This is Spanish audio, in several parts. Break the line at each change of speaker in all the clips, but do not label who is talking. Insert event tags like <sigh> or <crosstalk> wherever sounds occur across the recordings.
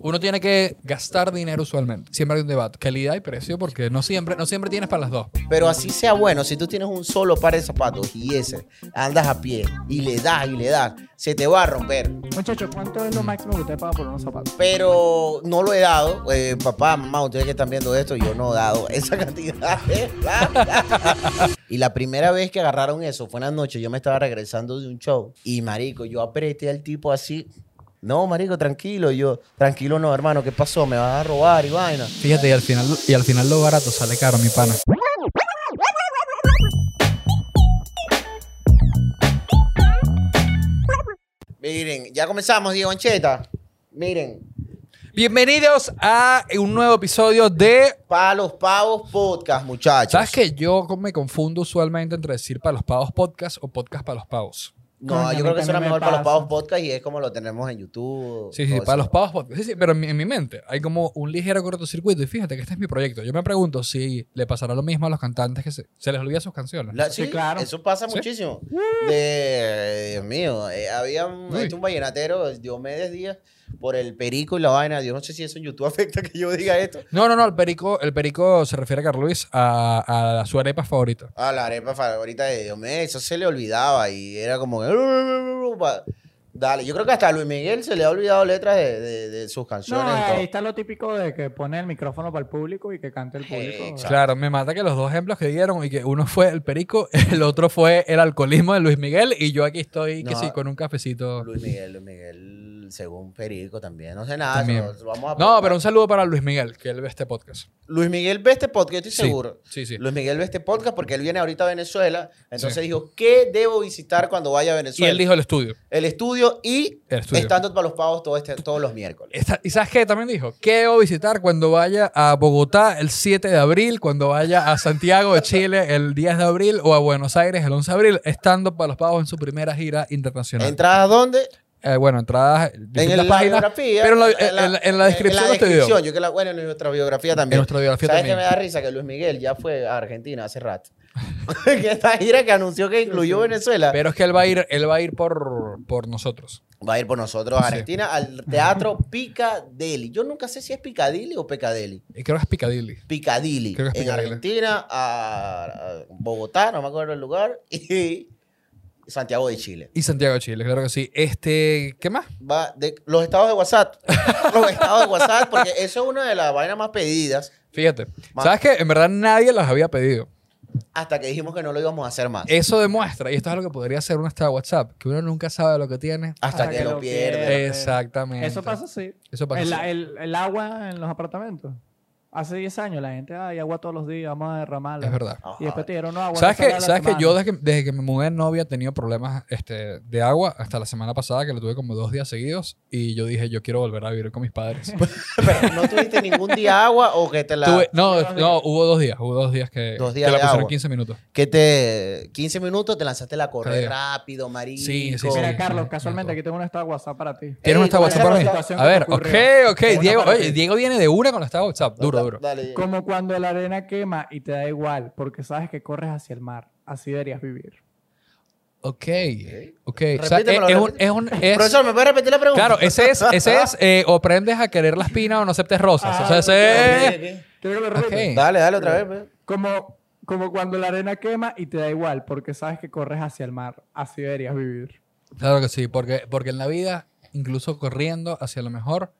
uno tiene que gastar dinero usualmente. Siempre hay un debate, calidad y precio, porque no siempre, no siempre tienes para las dos.
Pero así sea bueno, si tú tienes un solo par de zapatos y ese andas a pie y le das y le das, se te va a romper.
Muchachos, ¿cuánto es lo máximo que usted paga por unos zapatos?
Pero no lo he dado. Eh, papá, mamá, ustedes que están viendo esto, yo no he dado <laughs> esa cantidad. de plata. y la primera vez que agarraron eso fue una noche. Yo me estaba regresando de un show y, marico, yo apreté al tipo así. No, marico, tranquilo. Y Yo, tranquilo no, hermano, ¿qué pasó? Me vas a robar y vaina.
Fíjate, y al final, y al final lo barato sale caro, mi pana.
Miren, ya comenzamos, Diego Ancheta. Miren,
Bienvenidos a un nuevo episodio de
Palos Pavos Podcast, muchachos.
¿Sabes que yo me confundo usualmente entre decir para los pavos podcast o podcast para los pavos?
No,
Coño, a
yo
mí
creo que
también
suena
me
mejor para los
pasa.
Pavos Podcast y es como lo tenemos en YouTube.
Sí, sí,
todo
para los
eso.
pavos podcast. Sí, sí, pero en mi, en mi mente hay como un ligero cortocircuito y fíjate que este es mi proyecto. Yo me pregunto si le pasará lo mismo a los cantantes que se, se les olvida sus canciones.
La- sí,
Sí, claro. Uh.
Eso pasa
Sí.
muchísimo. De, Dios mío, eh, había un,
Uy.
este, un vallenatero, Diomedes Díaz, por el perico y la vaina. Yo no sé si eso en YouTube <laughs> afecta que yo diga esto.
No, no, no, el perico, el perico se refiere a Carl Luis a, a su arepa favorita.
Ah, la arepa favorita de Diomedes, eso se le olvidaba y era como. que- <laughs> Dale, yo creo que hasta a Luis Miguel se le ha olvidado letras de, de- de sus
No,
canciones. y todo.
ahí está lo típico de que pone el micrófono para el público y que cante el público.
Exacto.
Claro, me mata que los dos ejemplos que dieron y que uno fue el perico, <laughs> el otro fue el alcoholismo de Luis Miguel y yo aquí estoy, que
No.
sí, con un cafecito.
Luis Miguel, Luis Miguel, según Perico también, no sé nada.
También.
eso lo- lo vamos a
No, pero un saludo para Luis Miguel, que él ve este podcast.
Luis Miguel ve este podcast, yo estoy
Sí,
seguro.
Sí, sí.
Luis Miguel ve este podcast porque él viene ahorita a Venezuela. Entonces
Sí.
dijo, ¿qué debo visitar cuando vaya a
Y
Venezuela?
él dijo el estudio.
el estudio y
El estudio.
estando para los pavos todo este, todos los miércoles.
Esta- ¿Y sabes qué? También dijo, ¿qué debo visitar cuando vaya a Bogotá el 7 de abril, cuando vaya a Santiago de Chile el 10 de abril o a Buenos Aires el 11 de abril, estando para los pavos en su primera gira internacional?
¿Entradas dónde?
Eh, bueno, entradas en
En
distintas
la
páginas,
biografía.
pero en la, en la- en la descripción de este video.
Yo que la, bueno, en nuestra biografía
En
también.
nuestra biografía
¿Sabes
también.
qué me da risa? Que Luis Miguel ya fue a Argentina hace rato. <laughs> que esta gira que anunció que incluyó Venezuela
Pero es que él va a ir, él va a ir por, por nosotros.
va a ir por nosotros a
Sí.
Argentina al teatro Piccadilly. Yo nunca sé si es Piccadilly o Pecadilly.
Y creo que es Piccadilly.
Piccadilly.
Creo que es
En
Piccadilly.
Argentina, a, a Bogotá, no me acuerdo el lugar, y Santiago de Chile.
Y Santiago de Chile, claro que sí. Este, ¿qué más?
Va de, los estados de WhatsApp.
<laughs>
los estados de WhatsApp, porque eso es una de las vainas más pedidas
Fíjate.
Ma-
¿Sabes que En verdad nadie las había pedido.
hasta que dijimos que no lo íbamos a hacer más.
Eso demuestra, y esto es algo que podría ser una estado de WhatsApp, que uno nunca sabe lo que eh, tiene.
hasta, que, lo pierde.
pierde.
Exactamente.
Eso pasa así.
Eso pasa
El,
así.
el- el agua en los apartamentos. Hace 10 años la gente, hay agua todos los días, vamos a derramarla.
Es verdad.
Ajá.
Y después te dieron agua.
¿Sabes
no sale
que,
a la
¿sabes que
semana.
yo desde que, desde que me mudé no había tenido problemas este, de agua hasta la semana pasada, que lo tuve como dos días seguidos, y yo dije, yo quiero volver a vivir con mis
<laughs>
padres. Pues
Pero no tuviste ningún día agua o que te la...
Tuve- no,
Dos días.
no, hubo dos días, hubo dos días que,
Dos
que
días
la
de
pusieron
agua.
15 minutos.
Que te... 15 minutos te lanzaste la correr
Claro.
rápido, marico.
Sí, sí,
Mira,
sí.
Carlos,
sí,
casualmente
todo.
aquí tengo una esta WhatsApp para ti.
¿Tienes una
Ey,
estado
¿cuál es
WhatsApp
la
para mí?
situación
A
que
ver,
te
ok,
ocurrió?
ok.
Una
Diego,
para
oye,
ti.
Diego viene de una con la estado WhatsApp. Duro, duro.
Dale, Diego.
Como cuando la arena quema y te da igual, porque sabes que corres hacia el mar. Así deberías vivir.
Ok, ok. O sea, es,
Repítemelo,
es un...
repítemelo.
Es un es-
Profesor, ¿me puede repetir la pregunta? Ah,
Claro, ese es, ese es eh, o aprendes a querer las pinas o no aceptes rosas.
Ah,
o sea, ese es...
Te digo lo repito.
Ok.
Dale, dale otra vez. pues.
Como, como cuando la arena quema y te da igual, porque sabes que corres hacia el mar. Así deberías vivir. <laughs>
Claro que sí, porque, porque en la vida, incluso corriendo hacia lo mejor,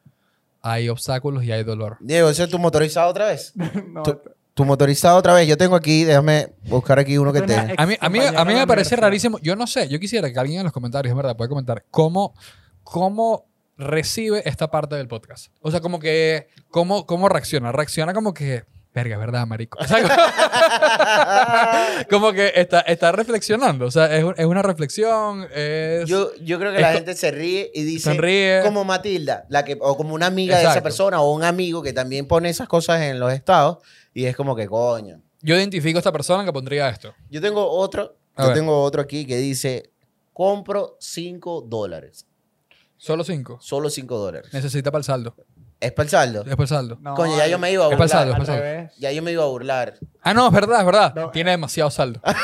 hay obstáculos y hay dolor.
Diego, ese es tu motorizado otra vez.
No,
Tú- Tu motorizado otra vez. Yo tengo aquí, déjame buscar aquí uno que
Suena
tenga.
ex-
A mí, a mí, a mí
compañero de
me
la
parece
universidad.
rarísimo. Yo no sé, yo quisiera que alguien en los comentarios, es verdad, pueda comentar cómo, cómo recibe esta parte del podcast. O sea, como que, cómo, cómo reacciona. Reacciona como que, verga, es verdad, marico. O sea, <laughs> como- como que está, está reflexionando. O sea, es, un- es una reflexión, es...
Yo, yo creo que
es
la
co-
gente se ríe y dice.
Sonríe.
Como Matilda, la que, o como una amiga de esa
Exacto.
persona, o un amigo que también pone esas cosas en los estados, y es como que coño.
Yo identifico a esta persona que pondría esto.
Yo tengo otro,
A
yo
ver.
tengo otro aquí que dice: compro 5 dólares.
Solo cinco.
Solo 5 dólares.
Necesita para el saldo.
Es para el saldo.
Después saldo.
No,
Coño, ya yo me iba a
Es para el saldo,
burlar.
es
Al
pasado.
revés.
Ya yo me iba a burlar.
Ah, no, es verdad, es verdad.
No.
Tiene demasiado
<laughs>
saldo. Al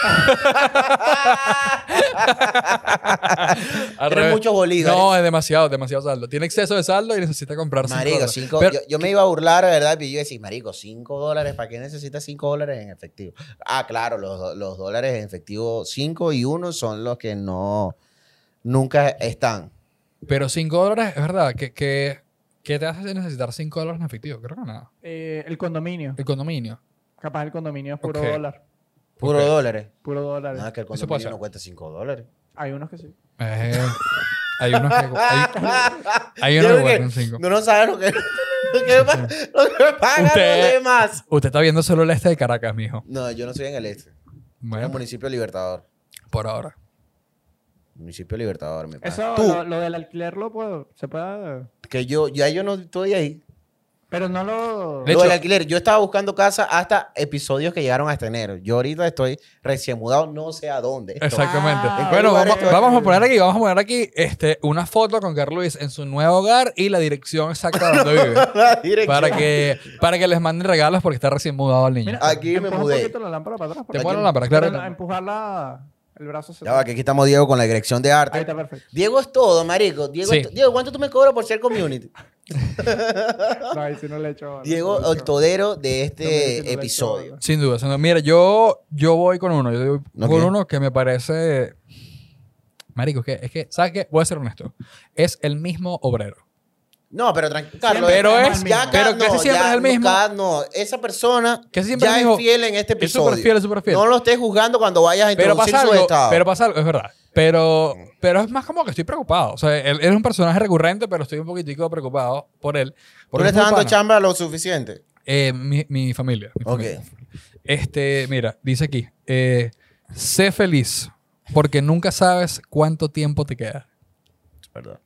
Tiene
revés.
muchos bolívares.
No, es demasiado, demasiado saldo. Tiene exceso de saldo y necesita comprar cinco
Marico,
dólares.
cinco,
Pero-
yo, yo me iba a burlar, ¿verdad? Y yo decía, Marico, 5 dólares, ¿para qué necesitas 5 dólares en efectivo? Ah, claro, los, do- los dólares en efectivo 5 y 1 son los que no, nunca están.
Pero 5 dólares, es verdad, que, que, ¿qué te hace necesitar 5 dólares en efectivo? Creo que nada.
Eh, el condominio.
El condominio.
Capaz el condominio es puro
Ok.
dólar.
Puro
Ok.
dólares.
Puro dólar.
No, es que
Eso
el
puede ser.
condominio no cuesta 5 dólares.
Hay unos que sí.
Eh, hay unos que...
<laughs>
Hay, hay unos
Yo
que
creo que
cuestan 5.
No, no sabes lo que, lo que, pa- lo que pagan los
Usted-
demás.
Usted está viendo solo el este de Caracas, mijo.
No, yo no soy en el este. En el
Bueno,
municipio Libertador.
por ahora.
Municipio Libertador, mi pana.
Eso,
Ah. Tú,
lo, lo del alquiler lo puedo. Se puede.
que yo, ya yo no estoy ahí.
Pero no lo.
De
Lo
hecho-
del alquiler, yo estaba buscando casa hasta episodios que llegaron hasta enero. Yo ahorita estoy recién mudado, no sé a dónde. <laughs> Esto-
Exactamente.
Ah,
bueno,
lugares
vamos,
que-
vamos a poner aquí, vamos a poner aquí este, una foto con Carlos Luis en su nuevo hogar y la dirección exacta de donde vive.
La dirección.
Para que, para que les manden regalos porque está recién mudado el niño.
Mira,
Aquí me
empuja
mudé.
un poquito la lámpara para
Te
atrás. porque-
ponen la lámpara, claro.
Pero no, Empujar la, el brazo. se-
Ya va, que aquí estamos Diego con la dirección de arte.
Ahí está perfecto.
Diego es todo, marico. Diego,
Sí.
es to- Diego, ¿cuánto tú me cobras por ser community?
No, ahí sí no le
<laughs>
he hecho. no
Diego,
le he
el
hecho.
todero de
No
este
me digas que no le he hecho
episodio.
bola.
Sin duda. sin duda. Mira, yo, yo voy con uno. Yo voy
Ok.
con uno que me parece. Marico, es que, es que, ¿sabes qué? Voy a ser honesto. Es el mismo obrero.
No, pero tranquilo. Carlos,
Pero
ya
es-
cada-
pero casi siempre
ya
es el mismo.
cada- no, esa persona
Casi siempre
ya
es el
es
mismo.
fiel en este
Es
episodio.
súper fiel, es súper fiel.
No lo estés juzgando cuando vayas a
Pero
introducir
pasa
su
algo.
estado.
Pero pasa algo, es verdad. Pero, pero es más como que estoy preocupado. O sea, él, él es un personaje recurrente, pero estoy un poquitico preocupado por él.
¿Tú
Porque
le
es muy
estás dando
pana.
chamba lo suficiente?
Eh, mi, mi familia. mi
Ok.
familia. Este, mira, dice aquí. eh, sé feliz porque nunca sabes cuánto tiempo te queda.
Perdón.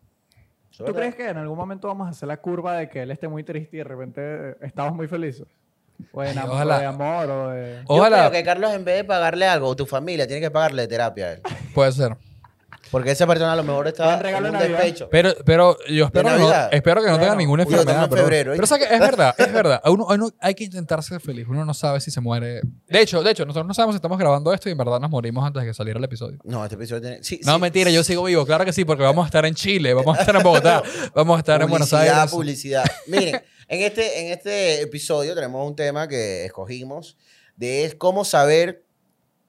¿Tú crees que en algún momento vamos a hacer la curva de que él esté muy triste y de repente eh, estamos muy felices? O de,
Ay,
enam-
ojalá.
o de amor, o de...
Yo
Ojalá.
creo que Carlos, en vez de pagarle algo a tu familia, tiene que pagarle terapia a él.
Puede ser.
Porque esa persona a lo mejor está
Buen regalo
en un
de Navidad.
despecho.
Pero, pero yo espero,
De
que no,
Navidad.
espero que no tenga
Bueno,
ninguna
yo también
enfermedad.
en
pero
febrero, ¿eh?
pero o sea que es verdad, es verdad. A Uno, a uno hay que intentar ser feliz. Uno no sabe si se muere. De hecho, de hecho, nosotros no sabemos si estamos grabando esto y en verdad nos morimos antes de que saliera el episodio.
No, este episodio tiene... Sí,
No,
sí.
mentira, yo sigo vivo. Claro que sí, porque vamos a estar en Chile, vamos a estar en
<laughs>
Bogotá, vamos a estar en Buenos
Publicidad,
Aires. <laughs>
Publicidad, Miren, en este, en este episodio tenemos un tema que escogimos de es cómo saber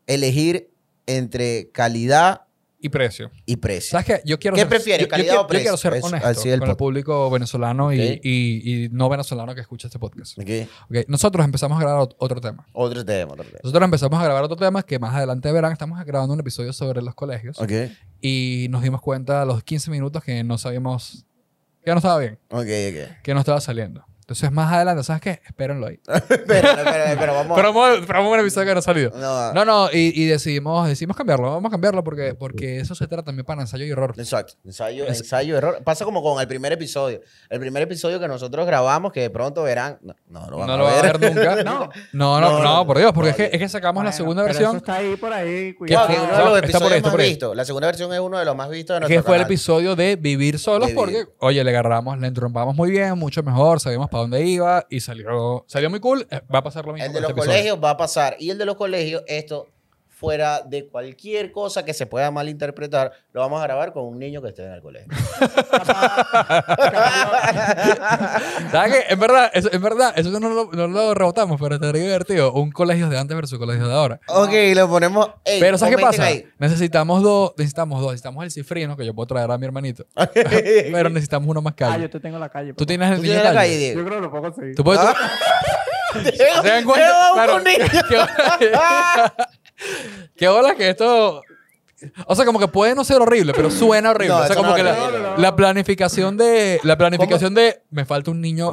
elegir entre calidad
Y precio.
y precio.
¿Sabes qué? Yo quiero
¿Qué
ser,
prefieres,
yo- yo,
calidad
quiero-
o precio?
Yo quiero ser
Es-
honesto
así el
con el
podcast.
público venezolano y,
Ok.
y- y no venezolano que escucha este podcast.
Ok,
Ok, Nosotros empezamos a grabar ot- otro tema.
Otro tema, otro tema.
Nosotros empezamos a grabar otro tema que más adelante verán. Estamos grabando un episodio sobre los colegios
Ok,
y nos dimos cuenta a los 15 minutos que no sabíamos, que no estaba bien,
ok, ok.
que no estaba saliendo. Entonces, más adelante, ¿sabes qué? Espérenlo ahí.
Espera, espera, espera, vamos. a-
Promo, promo un episodio que no ha salido.
No,
No, no, y, y decidimos, decidimos cambiarlo. Vamos a cambiarlo porque, porque eso se trata también para ensayo y error.
Exacto. Ensayo,
Es-
ensayo, error. Pasa como con el primer episodio. El primer episodio que nosotros grabamos, que de pronto verán. No, no, lo van
No
a
lo va a
ver.
ver nunca.
<laughs> No.
No, no,
No,
no,
no,
por Dios, porque
no,
es, que,
yo-
es que sacamos la
Bueno,
segunda
pero
versión.
Eso está ahí por ahí,
Guau,
cuidado.
que
fue-
<laughs> uno de los
está por
episodios
ahí, está
más
por ahí.
vistos. La segunda versión es uno de los más vistos de
que
nuestro
fue el
canal.
episodio de Vivir Solos
De
porque,
vivir.
oye, le agarramos, le entrompamos muy bien, mucho mejor, sabíamos para dónde iba y salió, salió muy cool. Eh, Va a pasar lo mismo
El de
con
los
este episodio.
colegios va a pasar. Y el de los colegios, esto fuera de cualquier cosa que se pueda malinterpretar, lo vamos a grabar con un niño que esté en el
<laughs>
colegio.
¿Sabes qué? En verdad, eso, en verdad, eso no lo, no lo rebotamos, pero estaría divertido. Un colegio de antes versus colegio de ahora.
ok, lo ponemos. Ey,
pero ¿sabes qué
comenten
pasa?
ahí. <laughs>
Necesitamos dos, necesitamos dos, necesitamos el cifrino que yo puedo traer a mi hermanito, pero necesitamos uno más
Ah,
calle.
yo te tengo en la calle.
Tú
papá.
tienes el
Tú
niño
tienes la calle, Ah.
calle.
Yo
Diego.
creo que lo puedo conseguir.
Tú puedes. tú- <laughs> ¿Se dan cuenta?
Diego,
Claro. <laughs>
un niño. <laughs>
Qué- Qué hola que esto. O sea, como que puede no ser horrible, pero suena horrible.
No,
o sea,
eso
como
no
que
es
la,
horrible.
No, no, no.
la planificación de. La planificación de. Me falta un
<laughs>
niño.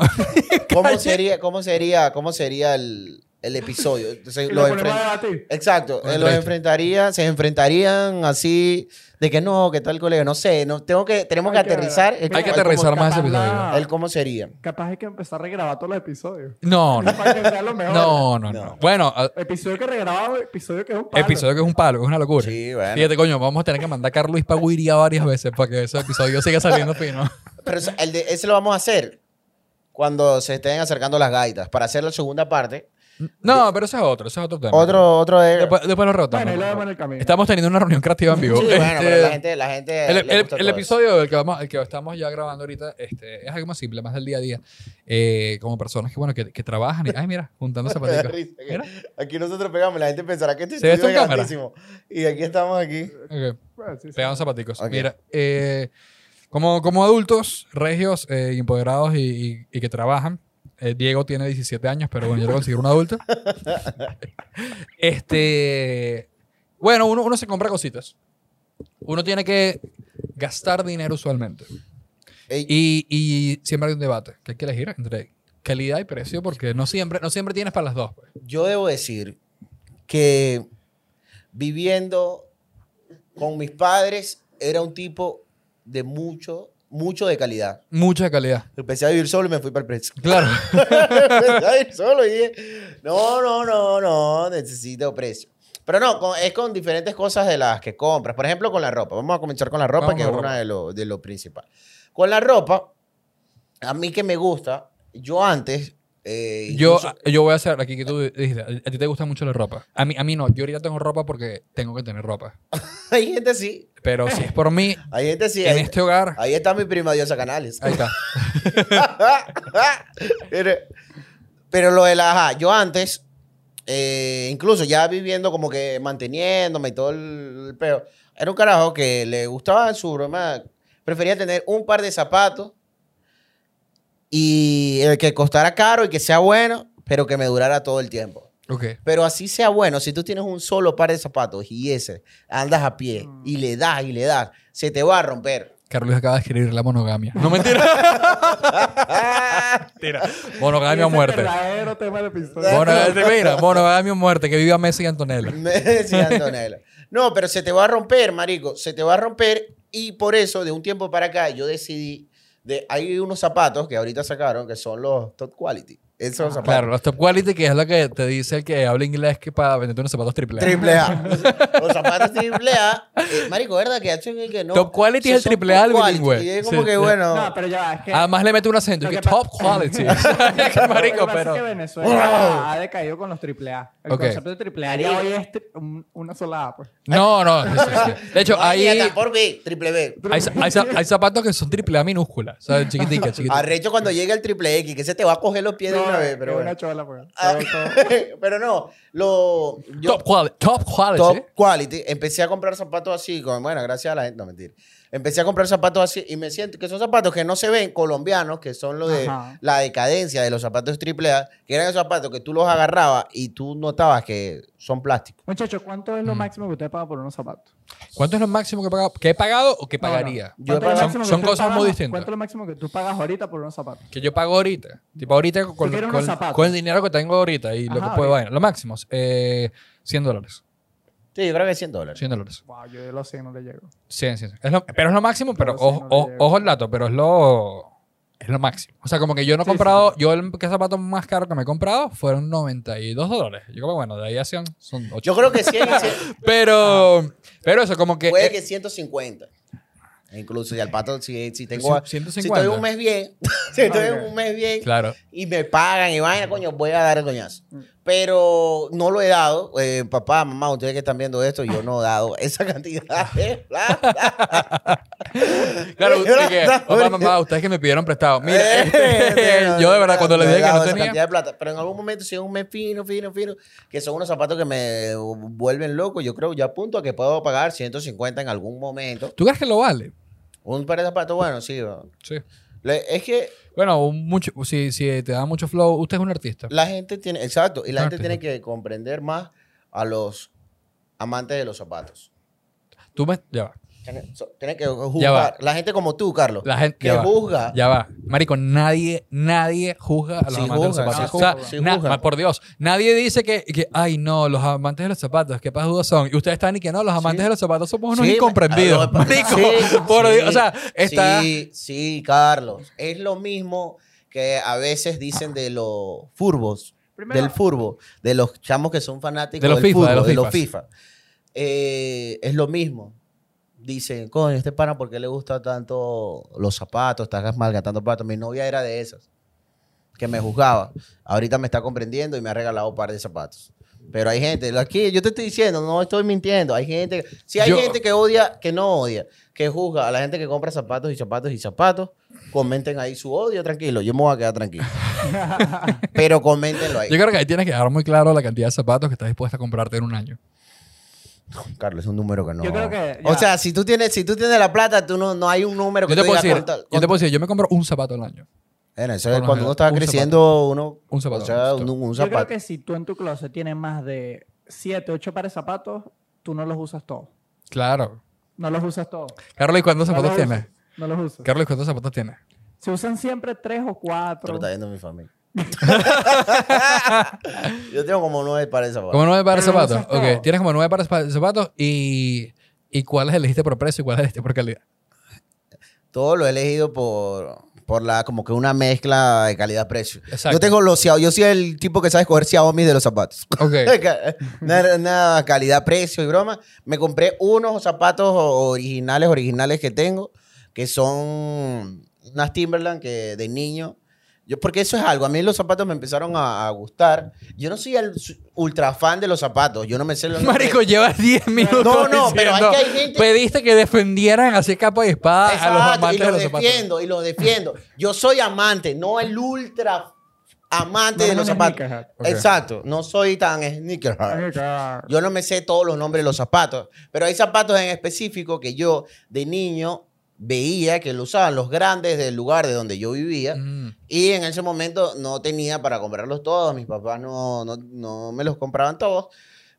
¿Cómo sería, cómo sería, cómo sería el, el episodio? Entonces,
Y
lo
lo ponemos
enfren-
a debatir.
Exacto,
Lo
eh, los
enfrenta.
enfrentaría, se enfrentarían así de que no, que tal colega, no sé, no tengo que tenemos que
Hay que
aterrizar,
ver.
el
Hay que
cómo-
aterrizar más ese
capaz la-
episodio.
el cómo sería.
Capaz hay que empezar a regrabar todos los episodios.
No,
<laughs>
no.
Para que sea lo mejor.
No, no, no. Bueno, a-
Episodio que regrabamos, episodio que es un palo.
episodio que es un palo, es una locura.
Sí, bueno.
Fíjate, coño, vamos a tener que mandar a Carlos para
<laughs>
Guiria varias veces para que ese episodio siga saliendo fino.
Pero eso- el de- ese lo vamos a hacer cuando se estén acercando las gaitas para hacer la segunda parte.
No, pero eso es otro, eso es otro tema.
Otro, otro de-
Después, después lo rotas.
Bueno, y lo vemos en el camino.
Estamos teniendo una reunión creativa en
Sí,
vivo.
bueno, pero
Este,
la gente, la
el,
gente le
el-
gusta
el
todo <laughs>
episodio del que, vamos, el que estamos ya grabando ahorita este, es algo más simple, más del día a día. Eh, como personas que, bueno, que, que trabajan y, ay, mira,
<laughs>
juntando
eso. Me da
zapaticos.
risa que
Mira.
Aquí nosotros pegamos, la gente pensará que este
¿Se ve esto
estudio
en
es
cámara?
grandísimo. Y aquí estamos aquí.
Ok.
Bueno, Pues, sí, sí.
Pegaban zapaticos.
Ok.
Mira, eh, como, como adultos, regios, eh, y empoderados y, y- y que trabajan, eh, Diego tiene 17 años, pero bueno, yo lo considero un
<laughs>
adulto. este, bueno, uno, uno se compra cositas. Uno tiene que gastar dinero usualmente.
Ey,
Y, y siempre hay un debate que hay que elegir entre calidad y precio, porque no siempre, no siempre tienes para las dos. pues.
yo debo decir que viviendo con mis padres era un tipo de mucho, mucho de calidad.
Mucha calidad.
Empecé a vivir solo y me fui para el precio. <laughs>
<laughs> Claro.
Empecé a ir solo y dije, no, no, no, no, necesito precio. Pero no, con- es con diferentes cosas de las que compras. Por ejemplo, con la ropa. Vamos a comenzar con la ropa,
Vamos
que es
con la
una
ropa.
de lo, de lo principal. Con la ropa, a mí que me gusta, yo antes... eh,
Yo,
incluso-
yo voy a hacer aquí que tú dijiste, a a ti te gusta mucho la ropa. A mí, a mí no, yo ahorita tengo ropa porque tengo que tener ropa.
<laughs> hay gente sí,
Pero si es por mí,
hay gente <laughs> sí.
en
hay-
este hogar,
Ahí está mi prima Diosa Canales. <laughs>
ahí está.
pero, pero lo de la... ajá, yo antes, eh, incluso ya viviendo como que manteniéndome y todo el, peo, era un carajo que le gustaba su broma. Prefería tener un par de zapatos y el que costara caro y que sea bueno, pero que me durara todo el tiempo.
Ok.
Pero así sea bueno, si tú tienes un solo par de zapatos y ese, andas a pie y le das y le das, se te va a romper.
Carlos acaba de escribir la monogamia. No
<laughs>
mentira. mentira.
Ese
Monogamia o
es el
muerte.
verdadero tema del episodio.
<laughs>
Monogamia, mira, monogamia o muerte. Que viva Messi y Antonella.
Me decía Antonella. No, pero se te va a romper, marico. Se te va a romper. Y por eso, de un tiempo para acá, yo decidí. De, hay unos zapatos que ahorita sacaron que son los top quality. Esos zapatos.
Claro, los top quality, que es lo que te dice el que habla inglés que para venderte unos zapatos triple. A.
Triple A.
<laughs>
Los zapatos triple A. Eh, marico, ¿verdad? Que hacen el que no.
Top quality
Sí,
es el
son
triple
top
A del
quality.
bilingüe.
Y es como
Sí,
que
sí.
bueno.
No, pero ya, es que.
Además le mete un acento.
Lo
Que
que
top
pasa- <laughs>
quality. <laughs> Qué marico,
Lo que pasa
pero.
es que Venezuela ha decaído con los AAA. El
Ok.
concepto de AAA ya hoy es tri- un- una sola A, pues.
No, no. sí, sí, sí. De hecho,
No, ni
ahí.
hasta por B, triple B.
Hay, za-
<laughs>
hay za- hay zapatos que son triple A minúscula, o sea, chiquitica, chiquitica.
Arrecho cuando llega el triple X, que se te va a coger los pies de
No,
una vez,
es
pero bueno.
una chola, pues.
Ah, <laughs>
Todo- todo-
pero no, lo. yo-
top quality. Top quality.
top quality. Empecé a comprar zapatos así, con, bueno, gracias a la gente, no mentira. Empecé a comprar zapatos así y me siento que son zapatos que no se ven colombianos, que son lo de
Ajá.
la decadencia de los zapatos triple A, que eran esos zapatos que tú los agarrabas y tú notabas que son plásticos.
Muchachos, ¿cuánto es
Mm.
lo máximo que usted paga por unos zapatos?
¿Cuánto es lo máximo que he pagado, que he pagado o que
No, no.
pagaría?
Yo he
¿Cuánto es lo
pagado-
máximo que
Son- son
tú
cosas muy
pagas-
distintas.
¿Cuánto es lo máximo que tú pagas ahorita por unos zapatos?
Que yo pago ahorita. Tipo, ahorita con,
quieres
con-
unos zapatos.
con el dinero que tengo ahorita y lo
Ajá,
que puedo vaina.
ahorita.
Lo máximo, eh, 100 dólares.
Sí, yo creo que 100 dólares.
100 dólares.
Wow, yo de los 100 no le llego.
100, 100. Es lo- pero es lo máximo, pero
Pero sí,
ojo,
no le
ojo,
llega.
ojo al dato, pero es lo, es lo máximo. O sea, como que yo no he
Sí, sí,
comprado, yo el que zapato más caro que me he comprado fueron 92 dólares. Yo como, bueno, de ahí a 100 son 8.
Yo creo que 100, y 100
Pero, pero eso, como <laughs> que...
puede
eh,
que 150. Incluso, y al pato, si, si tengo.
Cien-
Si
150.
estoy un mes bien, <laughs> si estoy
Ok.
un mes bien,
Claro.
y me pagan y vaina, coño, voy a dar el coñazo.
Mm.
Pero no lo he dado. Eh, papá, mamá, ustedes que están viendo esto, yo no he dado esa cantidad.
<laughs>
eh, bla, bla.
Claro, usted que,
Ahorita-
papá, mamá, ustedes que me pidieron
<laughs>
prestado. Mira,
Eh,
este,
no, no,
yo de
no,
verdad cuando les
he
dije que
dado
no
esa
tenía...
cantidad de plata. Pero en algún momento, si es un mes fino, fino, fino, que son unos zapatos que me vuelven loco, yo creo ya a punto a que puedo pagar 150 en algún momento.
¿Tú crees que lo vale?
Un par de zapatos, bueno, sí. bueno.
Sí.
Le- Es que
Bueno, un mucho, si, si te da mucho flow, usted es un artista.
La gente tiene, exacto, y la gente
Arte.
tiene que comprender más a los amantes de los zapatos.
Tú me... Ya va.
Tiene, so- tiene que
Ya va.
juzgar. La gente como tú, Carlos,
La gente...
que
ya va.
juzga.
Ya va. Marico, nadie, nadie juzga a los
Sí
amantes de
juzgan,
los zapatos.
sí
o sea,
juzgan, sí
na-
juzgan.
ma- por Dios. Nadie dice que, que, ay, no, los amantes de los zapatos, qué dudas son. Y ustedes están y que no, los amantes de los zapatos somos unos
Sí, <laughs>
incomprendidos.
ma-
Marico,
Sí,
<laughs> por
sí,
Dios. O sea, está...
Sí, sí, Carlos. Es lo mismo que a veces dicen de los furbos,
Primero-
del furbo, de los chamos que son fanáticos
De los
del
FIFA,
fútbol,
de los
de los
FIFAs.
FIFA. Eh, es lo mismo. Dicen, coño, este pana, ¿por qué le gusta tanto los zapatos? Estás malgastando zapatos. Mi novia era de esas. que me juzgaba, ahorita me está comprendiendo y me ha regalado un par de zapatos. Pero hay gente, aquí yo te estoy diciendo, no estoy mintiendo, hay gente, si hay
Yo-
gente que odia, que no odia, que juzga a la gente que compra zapatos y zapatos y zapatos, comenten ahí su odio, tranquilo, yo me voy a
<laughs>
quedar tranquilo. Pero coméntenlo ahí.
Yo creo que ahí tienes que dejar muy claro la cantidad de zapatos que estás dispuesta a comprarte en un año.
Carlos, es un número que no.
Yo creo que,
O
ya.
sea, si tú tienes, si tú tienes la plata, tú no, no hay un número que
Yo te,
tú
puedo decir,
digas con tal-
yo
con-
te puedo decir, yo me compro un zapato al año.
Bueno, eso
por
es
lo
cuando
general,
uno estaba
un
creciendo, uno.
Un zapato,
O sea, un,
justo.
un
Yo creo
zapato.
que si tú en tu closet tienes más de 7, 8 pares de zapatos, tú no los usas todos.
Claro.
No los usas todos.
Carlos, ¿y cuántos
No
zapatos
los
tienes?
usas, No los usas.
Carlos, ¿y ¿cuántos zapatos tienes?
Se usan siempre 3 o
Esto lo
4.
está viendo mi
<laughs>
familia. <laughs> yo tengo como nueve pares de zapatos.
Como nueve pares de
Pero no
zapatos.
usas todo.
Ok, tienes como nueve pares de zapatos y, y cuáles elegiste por precio y cuáles elegiste por calidad.
Todo lo he elegido por, por la, como que una mezcla de calidad-precio.
Exacto.
Yo tengo los Xiaomi, yo soy el tipo que sabe escoger Xiaomi de los zapatos.
<laughs> Ok.
nada, nada calidad-precio y broma. Me compré unos zapatos originales, originales que tengo, que son unas Timberland que de niño. Yo, porque eso es algo, a mí los zapatos me empezaron a, a gustar. Yo no soy el su- ultra fan de los zapatos, yo no me sé los nombres.
Marico, llevas 10 minutos.
No, no, pero
diciendo,
es que hay gente-
Pediste que defendieran así capa y espada a los
Exacto, y
amantes de
los
los zapatos.
defiendo, y los defiendo. Yo soy amante, no el ultra amante de
No eres
los
un
zapatos.
sneakerhead.
Ok.
Exacto, no soy tan sneakerhead. Yo no me sé todos los nombres de los zapatos, pero hay zapatos en específico que yo de niño veía que lo usaban los grandes del lugar de donde yo vivía
Mm.
y en ese momento no tenía para comprarlos todos, mis papás no, no, no me los compraban todos.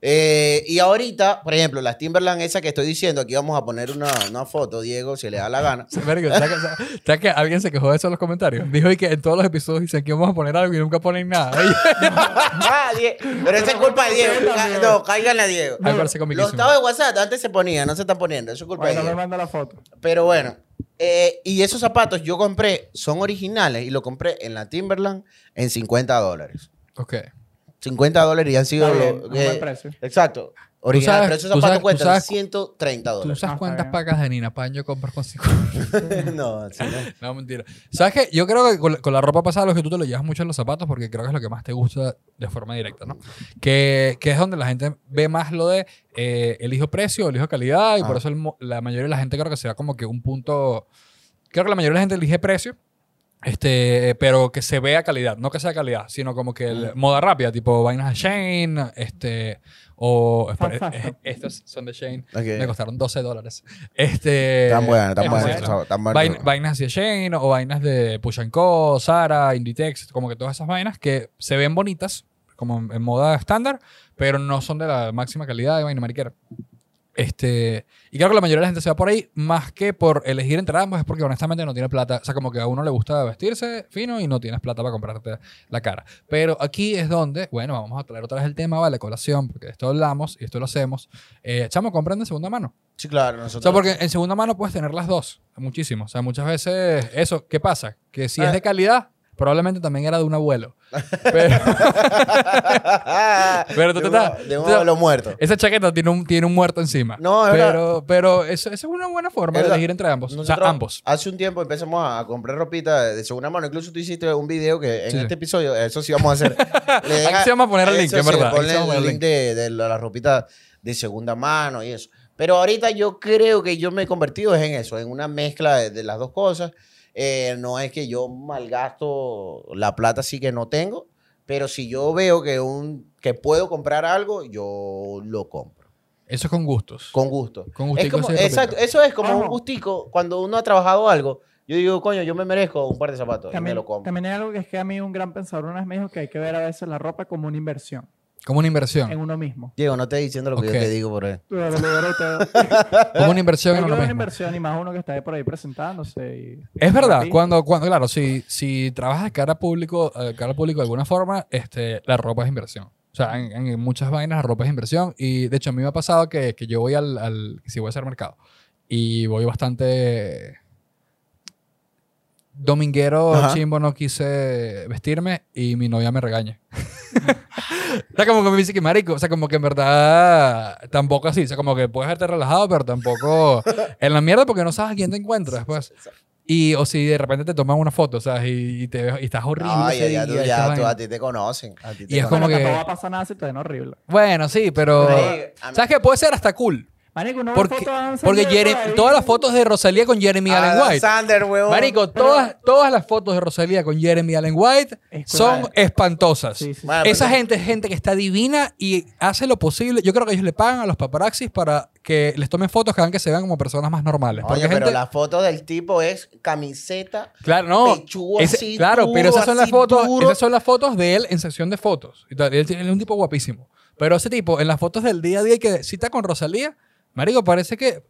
Eh, y ahorita, por ejemplo, las Timberland esas que estoy diciendo, aquí vamos a poner una, una foto, Diego, si le da la gana.
Marico, ¿sabes que- sabes- sabes que alguien se quejó de eso en los comentarios? Dijo y que en todos los episodios dicen que vamos a poner algo y nunca ponen nada. <laughs>
Ah, Die- Pero esa es culpa de Diego. Ca- No, cáiganle a Diego.
Ahí parece
Los
comiquísimo.
estados de WhatsApp antes se ponían, no se están poniendo. Eso es culpa de
Bueno, me
Diego.
manda la foto.
Pero bueno, eh, y esos zapatos yo compré, son originales y lo compré en la Timberland en 50 dólares.
Ok.
50 dólares y han sido.
Está bien,
lo-
un buen precio.
Exacto. Original,
sabes-
pero esos
tú
zapatos
sabes- tú
cuestan
sabes-
130
¿Tú
dólares.
usas
Ah,
cuántas
está bien.
pacas de Nina Paño compras con cinco?
<laughs> no, sí,
<laughs>
no.
No, mentira. ¿Sabes qué? Yo creo que con, la- con la ropa pasada lo que tú te lo llevas mucho en los zapatos porque creo que es lo que más te gusta de forma directa, ¿no? Que, que es donde la gente ve más lo de eh, elijo precio, elijo calidad y por
Ah.
eso el mo- la mayoría de la gente creo que se da como que un punto... Creo que la mayoría de la gente elige precio, este, pero que se vea calidad. No que sea calidad, sino como que el-
Mm.
moda rápida, tipo vainas de Shane, este, o...
Fast
eh,
fashion.
eh, <laughs> Estas son de Shane.
Ok.
Me costaron 12 dólares. Este,
Eh. Tan bueno, tan
es
bueno,
así, ¿no?
tan- tan bueno.
Vain- vainas de Shane o vainas de Push and Co, Zara, Inditex, como que todas esas vainas que se ven bonitas, como en en moda estándar, pero no son de la máxima calidad de vaina mariquera. Este, y claro que la mayoría de la gente se va por ahí, más que por elegir entre ambos, es porque honestamente no tiene plata. O sea, como que a uno le gusta vestirse fino y no tienes plata para comprarte la cara. Pero aquí es donde, bueno, vamos a traer otra vez el tema, vale, colación, porque de esto hablamos y esto lo hacemos. Eh, chamo, compran de segunda mano.
Sí, claro,
O sea,
nosotros.
porque en segunda mano puedes tener las dos, muchísimo. O sea, muchas veces eso, ¿qué pasa? Que
Ah.
si es de calidad, probablemente también era de un abuelo.
<laughs>
Pero <laughs> Pero tú te
de un-
estás-
De un
tú-
abuelo muerto.
esa chaqueta tiene un, tiene un muerto encima.
No, es
pero, pero eso, esa es una buena forma de
Es verdad.
elegir entre ambos. o
Nosotros
sea, ambos.
Hace un tiempo empezamos a comprar ropita de de segunda mano. Incluso tú hiciste un video que en
Sí.
este episodio, eso sí vamos a
<laughs>
hacer. Le
Aquí
deja-
sí vamos a poner el
eso
link, es
sí,
verdad. Aquí
ponle
sí vamos a
el
poner el
link de, de la, la ropita de segunda mano y eso. Pero ahorita yo creo que yo me he convertido es en eso, en una mezcla de, de las dos cosas. Eh, no es que yo malgasto la plata, sí que no tengo. Pero si yo veo que, un, que puedo comprar algo, yo lo compro.
Eso es con gustos.
Con gusto.
Con
Es
gustico
como-
sí, de
exacto,
repente.
eso es como
Ojo.
un gustico. Cuando uno ha trabajado algo, yo digo, coño, yo me merezco un par de zapatos y me
También,
lo compro.
también hay algo que es que a mí un gran pensador una vez me dijo que hay que ver a veces la ropa como una inversión
Como una
en
inversión.
uno mismo.
<laughs>
Diego, no te estoy diciendo lo que
Ok.
yo te digo por ahí.
Pero lo veo todo.
Como una
Hay
inversión
que
en
ver
lo
una
mismo.
inversión y más uno que está ahí por ahí presentándose. y-
Es verdad,
Sí.
cuando, cuando claro, si, si trabajas de cara a público, eh, cara al público de alguna forma, este, la ropa es inversión. O sea, en, en muchas vainas la ropa es inversión. Y de hecho, a mí me ha pasado que, que yo voy al, al. Si voy a hacer mercado. Y voy bastante. Dominguero
Ajá.
chimbo, no quise vestirme y mi novia me regaña. o sea, como que me dice que marico. O sea, como que en verdad tampoco así. O sea, como que puedes haberte relajado, pero tampoco en la mierda porque no sabes a quién te encuentras, pues. Y, o si de repente te toman una foto, ¿sabes? Y, y te ves- y estás horrible.
No, ya,
ese día,
ya, tú,
esa
ya, tú,
vaina.
a ti te conocen. A ti te
Y es
conocen.
como
Bueno,
que-
No va a pasar nada si te ven horrible.
Bueno, sí, pero.
Pero, eh, a mí-
¿Sabes qué? Puede ser hasta cool.
Marico, no
Porque, porque Jerem- todas las fotos de Rosalía con Jeremy Allen
Adam
White.
Sandler, huevón.
Marico, todas, todas las fotos de Rosalía con Jeremy Allen White
Es
son
claro.
espantosas.
Sí, sí, sí.
Bueno, pero-
Esa gente es gente que está divina y hace lo posible. Yo creo que ellos le pagan a los paparazzis para que les tomen fotos que hagan que se vean como personas más normales.
Oye,
Porque
pero
gente-
la foto del tipo es camiseta.
Claro, no.
Pechugo
Ese-
así,
claro,
duro,
pero esas son las
así
fotos,
duro.
esas son las fotos de él en sección de fotos. Y tal, Él, tiene- él es un tipo guapísimo. Pero ese tipo, en las fotos del día a día que cita con Rosalía, marico, parece que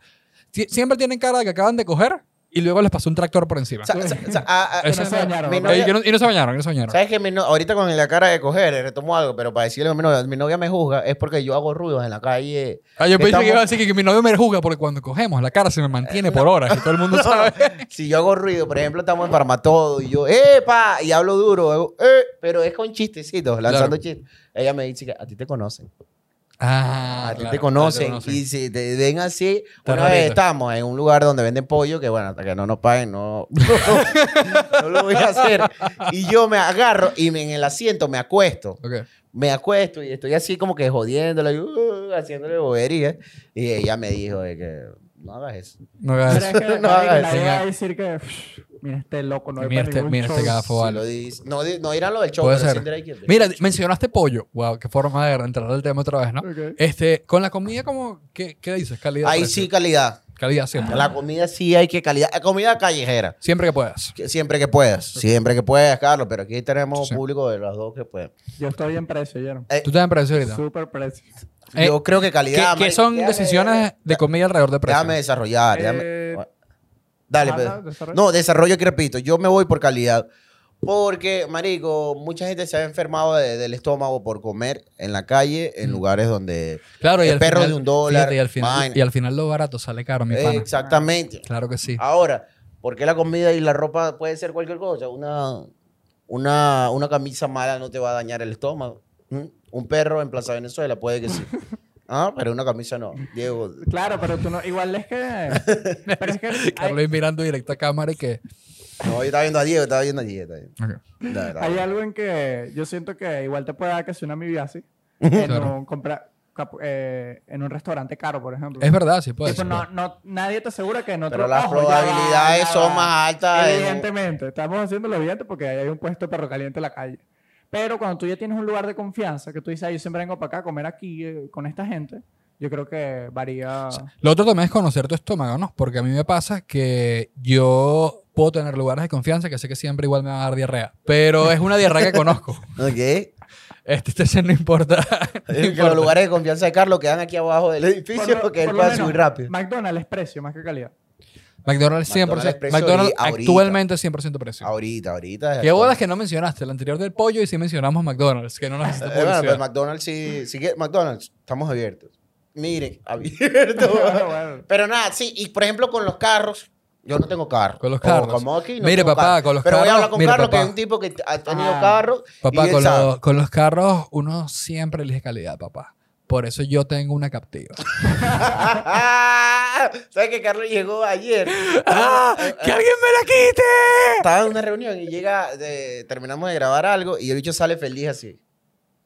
ti- siempre tienen cara de que acaban de coger y luego les pasó un tractor por encima.
O sea, o sea, o sea, ah, a- a-
Eso
mi
se
bañaron,
novia-
¿no?
Eh, y, no, y no se bañaron, y no se bañaron.
¿Sabes que mi no- ahorita con la cara de coger, eh, retomo algo, pero para decirle a mi novia, mi novia me juzga, es porque yo hago ruidos en la calle.
Ah, yo
que
pensé que iba a
estamos-
decir que, que mi novio me juzga porque cuando cogemos la cara se me mantiene por horas y todo el
<laughs>
mundo sabe.
Si yo hago ruido, por ejemplo, estamos en Farmatodo y yo, ¡epa! Y hablo duro, hago, "Eh", pero es con chistecitos, lanzando
Claro.
chistes. Ella me dice que a ti te conocen.
Ah,
a ti
claro,
te conocen.
claro, te
Y si te ven así,
Está
una vez
rarito.
estamos en un lugar donde venden pollo, que bueno, hasta que no nos paguen, no, <laughs> no, lo voy a hacer. Y yo me agarro y me- en el asiento me acuesto.
Ok.
Me acuesto y estoy así como que jodiéndola, y, uh, haciéndole bobería. Y ella me dijo de que no hagas eso.
No hagas eso.
Pero es que
No,
no,
hagas
eso.
va a decir que. "Pff, Mira este loco, no voy
Mira
para
este-
ningún
mira este
show".
gafo.
Si
vale.
lo dis- no, di- no dirán lo del show,
Puede
pero
ser.
sí dirán que-
Mira, mencionaste pollo. Wow, qué forma de entrar al tema otra vez, ¿no?
Ok.
Este, con la comida, como, ¿qué, qué dices? Calidad.
Ahí
precio.
sí calidad.
Calidad siempre.
La comida sí hay que calidad. eh, Comida callejera.
Siempre que puedas.
Que Siempre que puedas, siempre que puedas, Carlos, pero aquí tenemos
Sí.
público de los dos que pueden.
Yo estoy en precio, ¿vieron?
Eh,
Tú te dan precio ahorita.
Súper precio.
Eh,
Yo creo que
¿Qué,
calidad.
qué
marico,
son
déjame-
decisiones de comida alrededor de precio?
Déjame desarrollar. déjame-
Eh,
bueno. Dale, pues.
habla,
Pedro.
desarrolla.
No, desarrollo que repito, yo me voy por calidad. Porque, marico, mucha gente se ha enfermado de- del estómago por comer en la calle,
Mm.
en lugares donde...
Claro, y
el
al
perro
final-
de un dólar,
fíjate, y, al final,
vaina.
y al final lo barato sale caro, mi pana.
Exactamente.
Claro que
Ah,
sí.
Ahora, ¿por qué la comida y la ropa puede ser cualquier cosa? Una, una, una camisa mala no te va a dañar el estómago. ¿Mm? Un perro en Plaza Venezuela puede que sí. Ah, pero una camisa no. Diego,
Claro, pero tú no. Igual
<laughs>
es que. pero es que. hay-
Carlos mirando directo a cámara y que...
no, yo estaba viendo a Diego, estaba viendo a Diego. estaba viendo.
Ok.
Dale, dale.
Hay algo en que yo siento que igual te puede dar que si una mibiasi en,
Claro.
un compra- cap- eh, en un restaurante caro, por ejemplo.
Es verdad, sí puede
Tipo,
ser.
no, no- nadie te asegura que no te
Pero las probabilidades son más altas en un-
Evidentemente, estamos haciéndolo evidente porque ahí hay un puesto de perro caliente en la calle. Pero cuando tú ya tienes un lugar de confianza, que tú dices, "Ay, yo siempre vengo para acá a comer aquí eh, con esta gente, yo creo que varía.
Lo otro también es conocer tu estómago, ¿no? Porque a mí me pasa que yo puedo tener lugares de confianza que sé que siempre igual me va a dar diarrea. Pero es una diarrea que conozco. <laughs>
Ok.
Este, este no importa. no
Es que
importa.
los lugares de confianza de Carlos quedan aquí abajo del edificio
Por lo-
porque él
por lo
puede
menos,
subir rápido.
McDonald's es precio más
<laughs>
que calidad.
McDonald's 100%.
McDonald's
McDonald's,
precio ahorita.
actualmente 100% precio.
Ahorita, ahorita. Eh,
Qué bolas que no mencionaste. El anterior del pollo y sí mencionamos McDonald's, que no nos hiciste
Eh, bueno, pero
publicidad.
McDonald's sí, sí que- McDonald's, estamos abiertos. Miren, abiertos.
Bueno.
pero nada, sí, y por ejemplo con los carros, yo no tengo carro.
Con los
O
carros.
como aquí, no
Mire,
tengo
papá,
carro.
con los
Pero voy a
carros,
hablar con
mire,
Carlos, que
papá.
es un tipo que ha tenido <laughs>
Ah.
carro. y
Papá,
él
con,
sabe.
los- con los carros uno siempre elige calidad, papá. Por eso yo tengo una captiva.
Ah, ¿Sabes que Carlos llegó
<laughs> <laughs>
ayer?
¡Que alguien me la quite!
Estaba en una reunión y llega, de- terminamos de grabar algo y el bicho sale feliz así.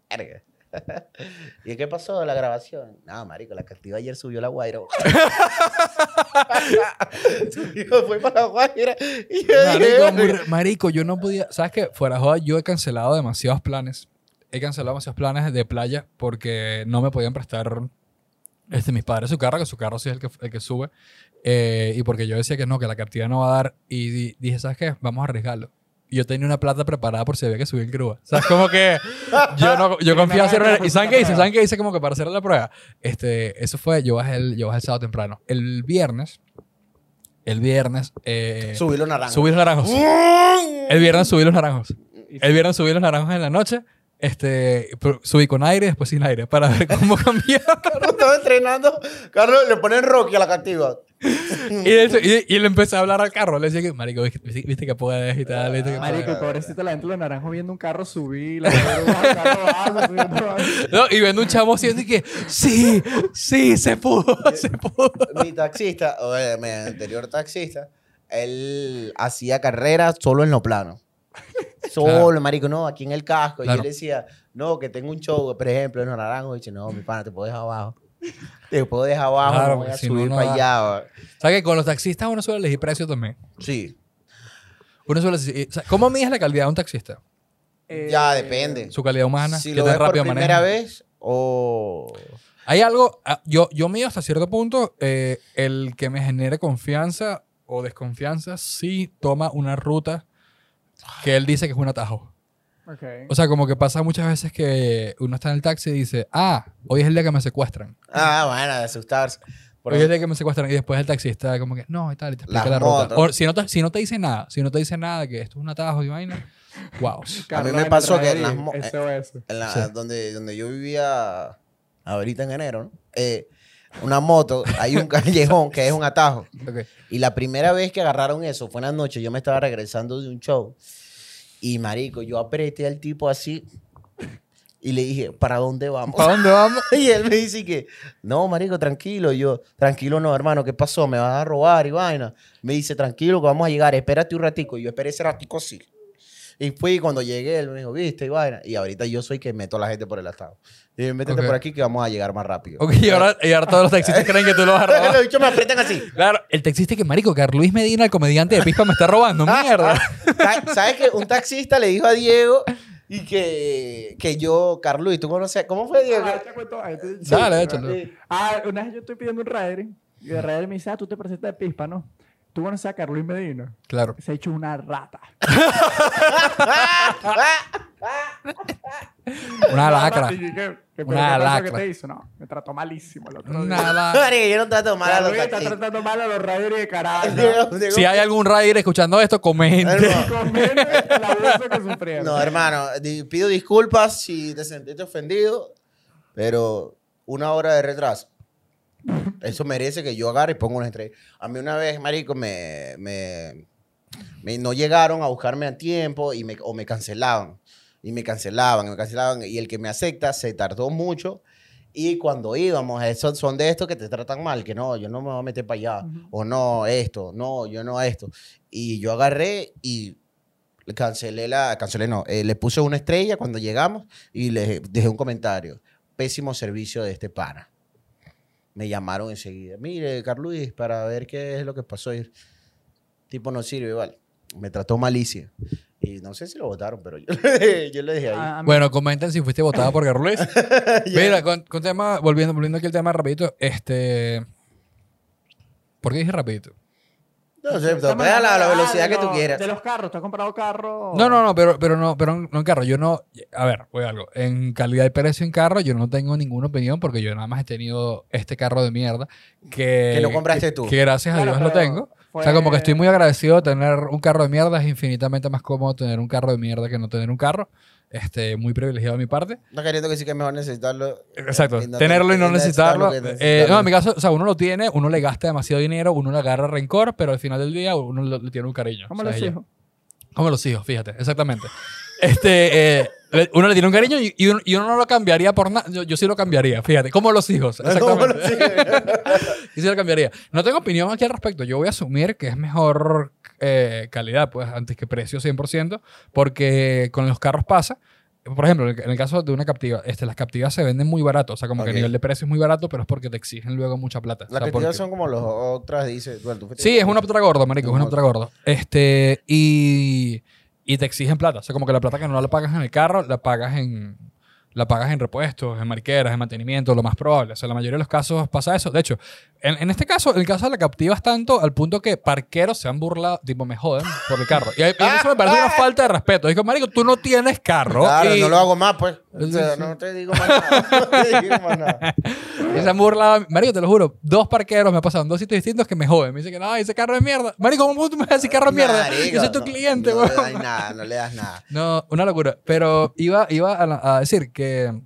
Verga. <laughs> ¿Y qué pasó de la grabación? No, marico, la captiva ayer subió
<laughs>
la guaira. <laughs> Subió, fue para la guaira. Y yo dije,
Marico, muy
"Verga".
re- marico, yo no podía. ¿Sabes qué? Fuera de joda, yo he cancelado demasiados planes. He cancelado demasiados planes de playa porque no me podían prestar este, mis padres su carro, que su carro sí es el que, el que sube. Eh, y porque yo decía que no, que la captividad no va a dar. Y di- dije, ¿sabes qué? Vamos a arriesgarlo. Y yo tenía una plata preparada por si había que subir en grúa. O sea, es como que yo, no, yo confía hacer una- ¿Y saben qué hice? ¿Saben qué hice? Como que para hacer la prueba. Este, eso fue, yo bajé el, yo bajé el sábado temprano. El viernes, el viernes... Eh,
Subí los naranjos.
Subí los naranjos.
Uh.
El viernes subí los naranjos. El viernes subí los naranjos en la noche. Este, pero subí con aire, después sin aire, para ver cómo <laughs> cambiaba.
Carlos <laughs> estaba entrenando. Carlos le ponen Rocky a la captiva.
y, de- y- y le empecé a hablar al carro. Le decía que, marico, viste, viste que puedes y tal. viste que
Marico,
puedes".
pobrecito la gente de los naranjos viendo un carro subir,
<laughs>
la gente de un carro bajo, subiendo bajo.
No, y viendo un chamo haciendo y que, sí, sí, se pudo, <laughs> se pudo.
<laughs> mi taxista, o eh, mi anterior taxista, él hacía carreras solo en lo plano.
<laughs>
Solo, marico, no, aquí en el casco. Y
Claro.
yo le decía, no, que tengo un show, por ejemplo, en los naranjos. Y dice, no, mi pana, te puedo
<laughs>
dejar abajo. Te puedo dejar abajo,
Claro,
no voy
porque
a
si no,
subir
no
para
da.
allá. va".
¿Sabes que con los taxistas uno suele elegir precio también?
Sí,
Uno suele decir, o sea, ¿Cómo mides la calidad de un taxista?
Eh,
ya depende.
Su calidad humana.
Si
¿Qué
lo
tan
ves por
rápido
primera
maneja?
vez o...
Hay algo, ah, yo, yo mío hasta cierto punto, eh, el que me genere confianza o desconfianza, sí toma una ruta que él dice que es un atajo.
ok.
O sea, como que pasa muchas veces que uno está en el taxi y dice, ah, hoy es el día que me secuestran.
Ah, bueno, de asustarse. Por
hoy es el día que me secuestran. Y después el taxista como que, no, y tal, y te explica
Las
la ruta.
motos.
O si no, te, si no te dice nada, si no te dice nada, que esto es un atajo y vaina, wow.
a mí me
Carlos
pasó que las
Andrade,
mo- eh,
SOS.
en la-
Sí.
donde, donde yo vivía ahorita en enero, ¿no? Eh, una moto, hay un <laughs> callejón que es un atajo.
Ok.
Y la primera vez que agarraron eso fue en la noche. Yo me estaba regresando de un show. Y marico, yo apreté al tipo así y le dije, ¿para dónde vamos?
¿Para dónde vamos?
<laughs> Y él me dice que, no, marico, tranquilo. Y yo, tranquilo no, hermano, ¿qué pasó? ¿Me vas a robar y vaina? Me dice, tranquilo, que vamos a llegar, espérate un ratico. Y yo esperé ese ratico así. Y fui, y cuando llegué, él me dijo, viste, y vaina. Y ahorita yo soy que meto a la gente por el estado. Y yo, métete
Ok.
por aquí que vamos a llegar más rápido.
Ok, y ahora, y ahora todos los taxistas creen que tú lo vas a robar.
<laughs> Los bichos me aprietan así.
Claro, el taxista que marico, Carl Luis Medina, el comediante de Pispa, me está robando, <laughs> mierda.
Ah, Sa- ¿Sabes que un taxista le dijo a Diego y que, que yo, Carlos, y tú conoces, ¿cómo fue Diego?
Ah, te cuento, ahí te-
Dale,
sí,
échalo.
sí. Ah, una vez yo estoy pidiendo un rider y el rider me dice, ah, tú te presentas de pispa, ¿no? Tú conoces a Carlos Medina.
Claro.
Se ha hecho una rata.
Una lacra.
Y dije, "¿Qué- qué-
Una
qué pasó?
lacra.
¿Qué te hizo? No, me trató malísimo el otro día.
Una lacra.
Marico, yo no trato mal a
Carlos
los
está
taxistas.
tratando mal a los riders de
Diego- <laughs>
carajo.
Diego-
Si hay algún rider escuchando esto, comente.
Hermano,
Comenta el abuso que sufrieron.
No, hermano, di- pido disculpas si te sentiste ofendido, pero una hora de retraso. Eso merece que yo agarre y ponga una estrella. A mí una vez, marico, me, me- me- no llegaron a buscarme a tiempo y me, o me cancelaban. Y me cancelaban, y me cancelaban. Y el que me acepta se tardó mucho. Y cuando íbamos, esos son de estos que te tratan mal, que no, yo no me voy a meter para allá.
Ujú.
O no, esto, no, yo no, esto. Y yo agarré y le cancelé la, cancelé no, eh, le puse una estrella cuando llegamos y le dejé un comentario. Pésimo servicio de este pana. Me llamaron enseguida. Mire, Carlos, para ver qué es lo que pasó. Y, tipo no sirve, vale. Me trató malicia. Y no sé si lo votaron, pero yo, <laughs> yo le dije ahí.
A- a mí-
Bueno, comenten si fuiste votada por Carl Luis.
<laughs> Ya.
Mira, con, con tema, volviendo, volviendo aquí al tema rapidito, este. ¿Por qué dije rapidito?
no sé,
Estamos
pero pues, a la, la
hablando de-
velocidad
de
que tú
los-
quieras.
De los carros, ¿tú has comprado carro?
No, no, no, pero, pero no, pero no en carro. Yo no, a ver, voy a algo. En calidad y precio en carro, yo no tengo ninguna opinión porque yo nada más he tenido este carro de mierda que.
Que lo compraste tú.
Que gracias a
Bueno,
Dios lo
pero
tengo.
fue-
O sea, como que estoy muy agradecido de tener un carro de mierda. Es infinitamente más cómodo tener un carro de mierda que no tener un carro. Este, muy privilegiado de mi parte.
No queriendo que sí que es mejor necesitarlo.
Exacto.
Y no
Tenerlo y no necesitarlo.
que
Eh, no,
necesitarlo.
en mi caso, o sea, uno lo tiene, uno le gasta demasiado dinero, uno le agarra rencor, pero al final del día uno le, le tiene un cariño.
¿Cómo
O sea,
los
ya.
hijos?
Como los hijos, fíjate, exactamente. <laughs> Este, eh, le- uno le tiene un cariño y, y uno, y uno no lo cambiaría por nada. Yo, yo sí lo cambiaría, fíjate. Como los hijos, exactamente.
<laughs>
<laughs>
No, pero sí.
Y sí lo cambiaría. No tengo opinión aquí al respecto. Yo voy a asumir que es mejor eh, calidad, pues, antes que precio 100%, porque con los carros pasa. Por ejemplo, en el- en el caso de una captiva, este, las captivas se venden muy barato. O sea, como que el
Ok.
nivel de precio es muy barato, pero es porque te exigen luego mucha plata. O
Las
sea,
críticas
porque-
son como los otras, dice. Bueno, tú fuiste-
Sí, es una puta gorda, marico, es una
Ujú.
puta gorda. Este, y, y te exigen plata. O sea, como que la plata que no la pagas en el carro, la pagas en, la pagas en repuestos, en marqueras, en mantenimiento, lo más probable. O sea, la mayoría de los casos pasa eso. De hecho, en, en este caso, el caso de la captiva es tanto al punto que parqueros se han burlado, tipo, me joden por el carro. Y, a- y a mí eso me parece una falta de respeto. Digo, marico, tú no tienes carro.
Claro,
y-
no lo hago más, pues. O
Sí,
sea,
sí.
no te digo más nada. <laughs> No te digo más nada.
Y se han burlado. Marico, te lo juro. Dos parqueros me pasaron dos sitios distintos que me joden. Me dicen que no, ese carro es mierda. Marico, ¿cómo tú me vas a decir carro es mierda?
Marico,
Yo soy tu
no,
cliente,
No
weón.
le das nada, no le das nada.
No, una locura. Pero iba, iba a, la- a decir que,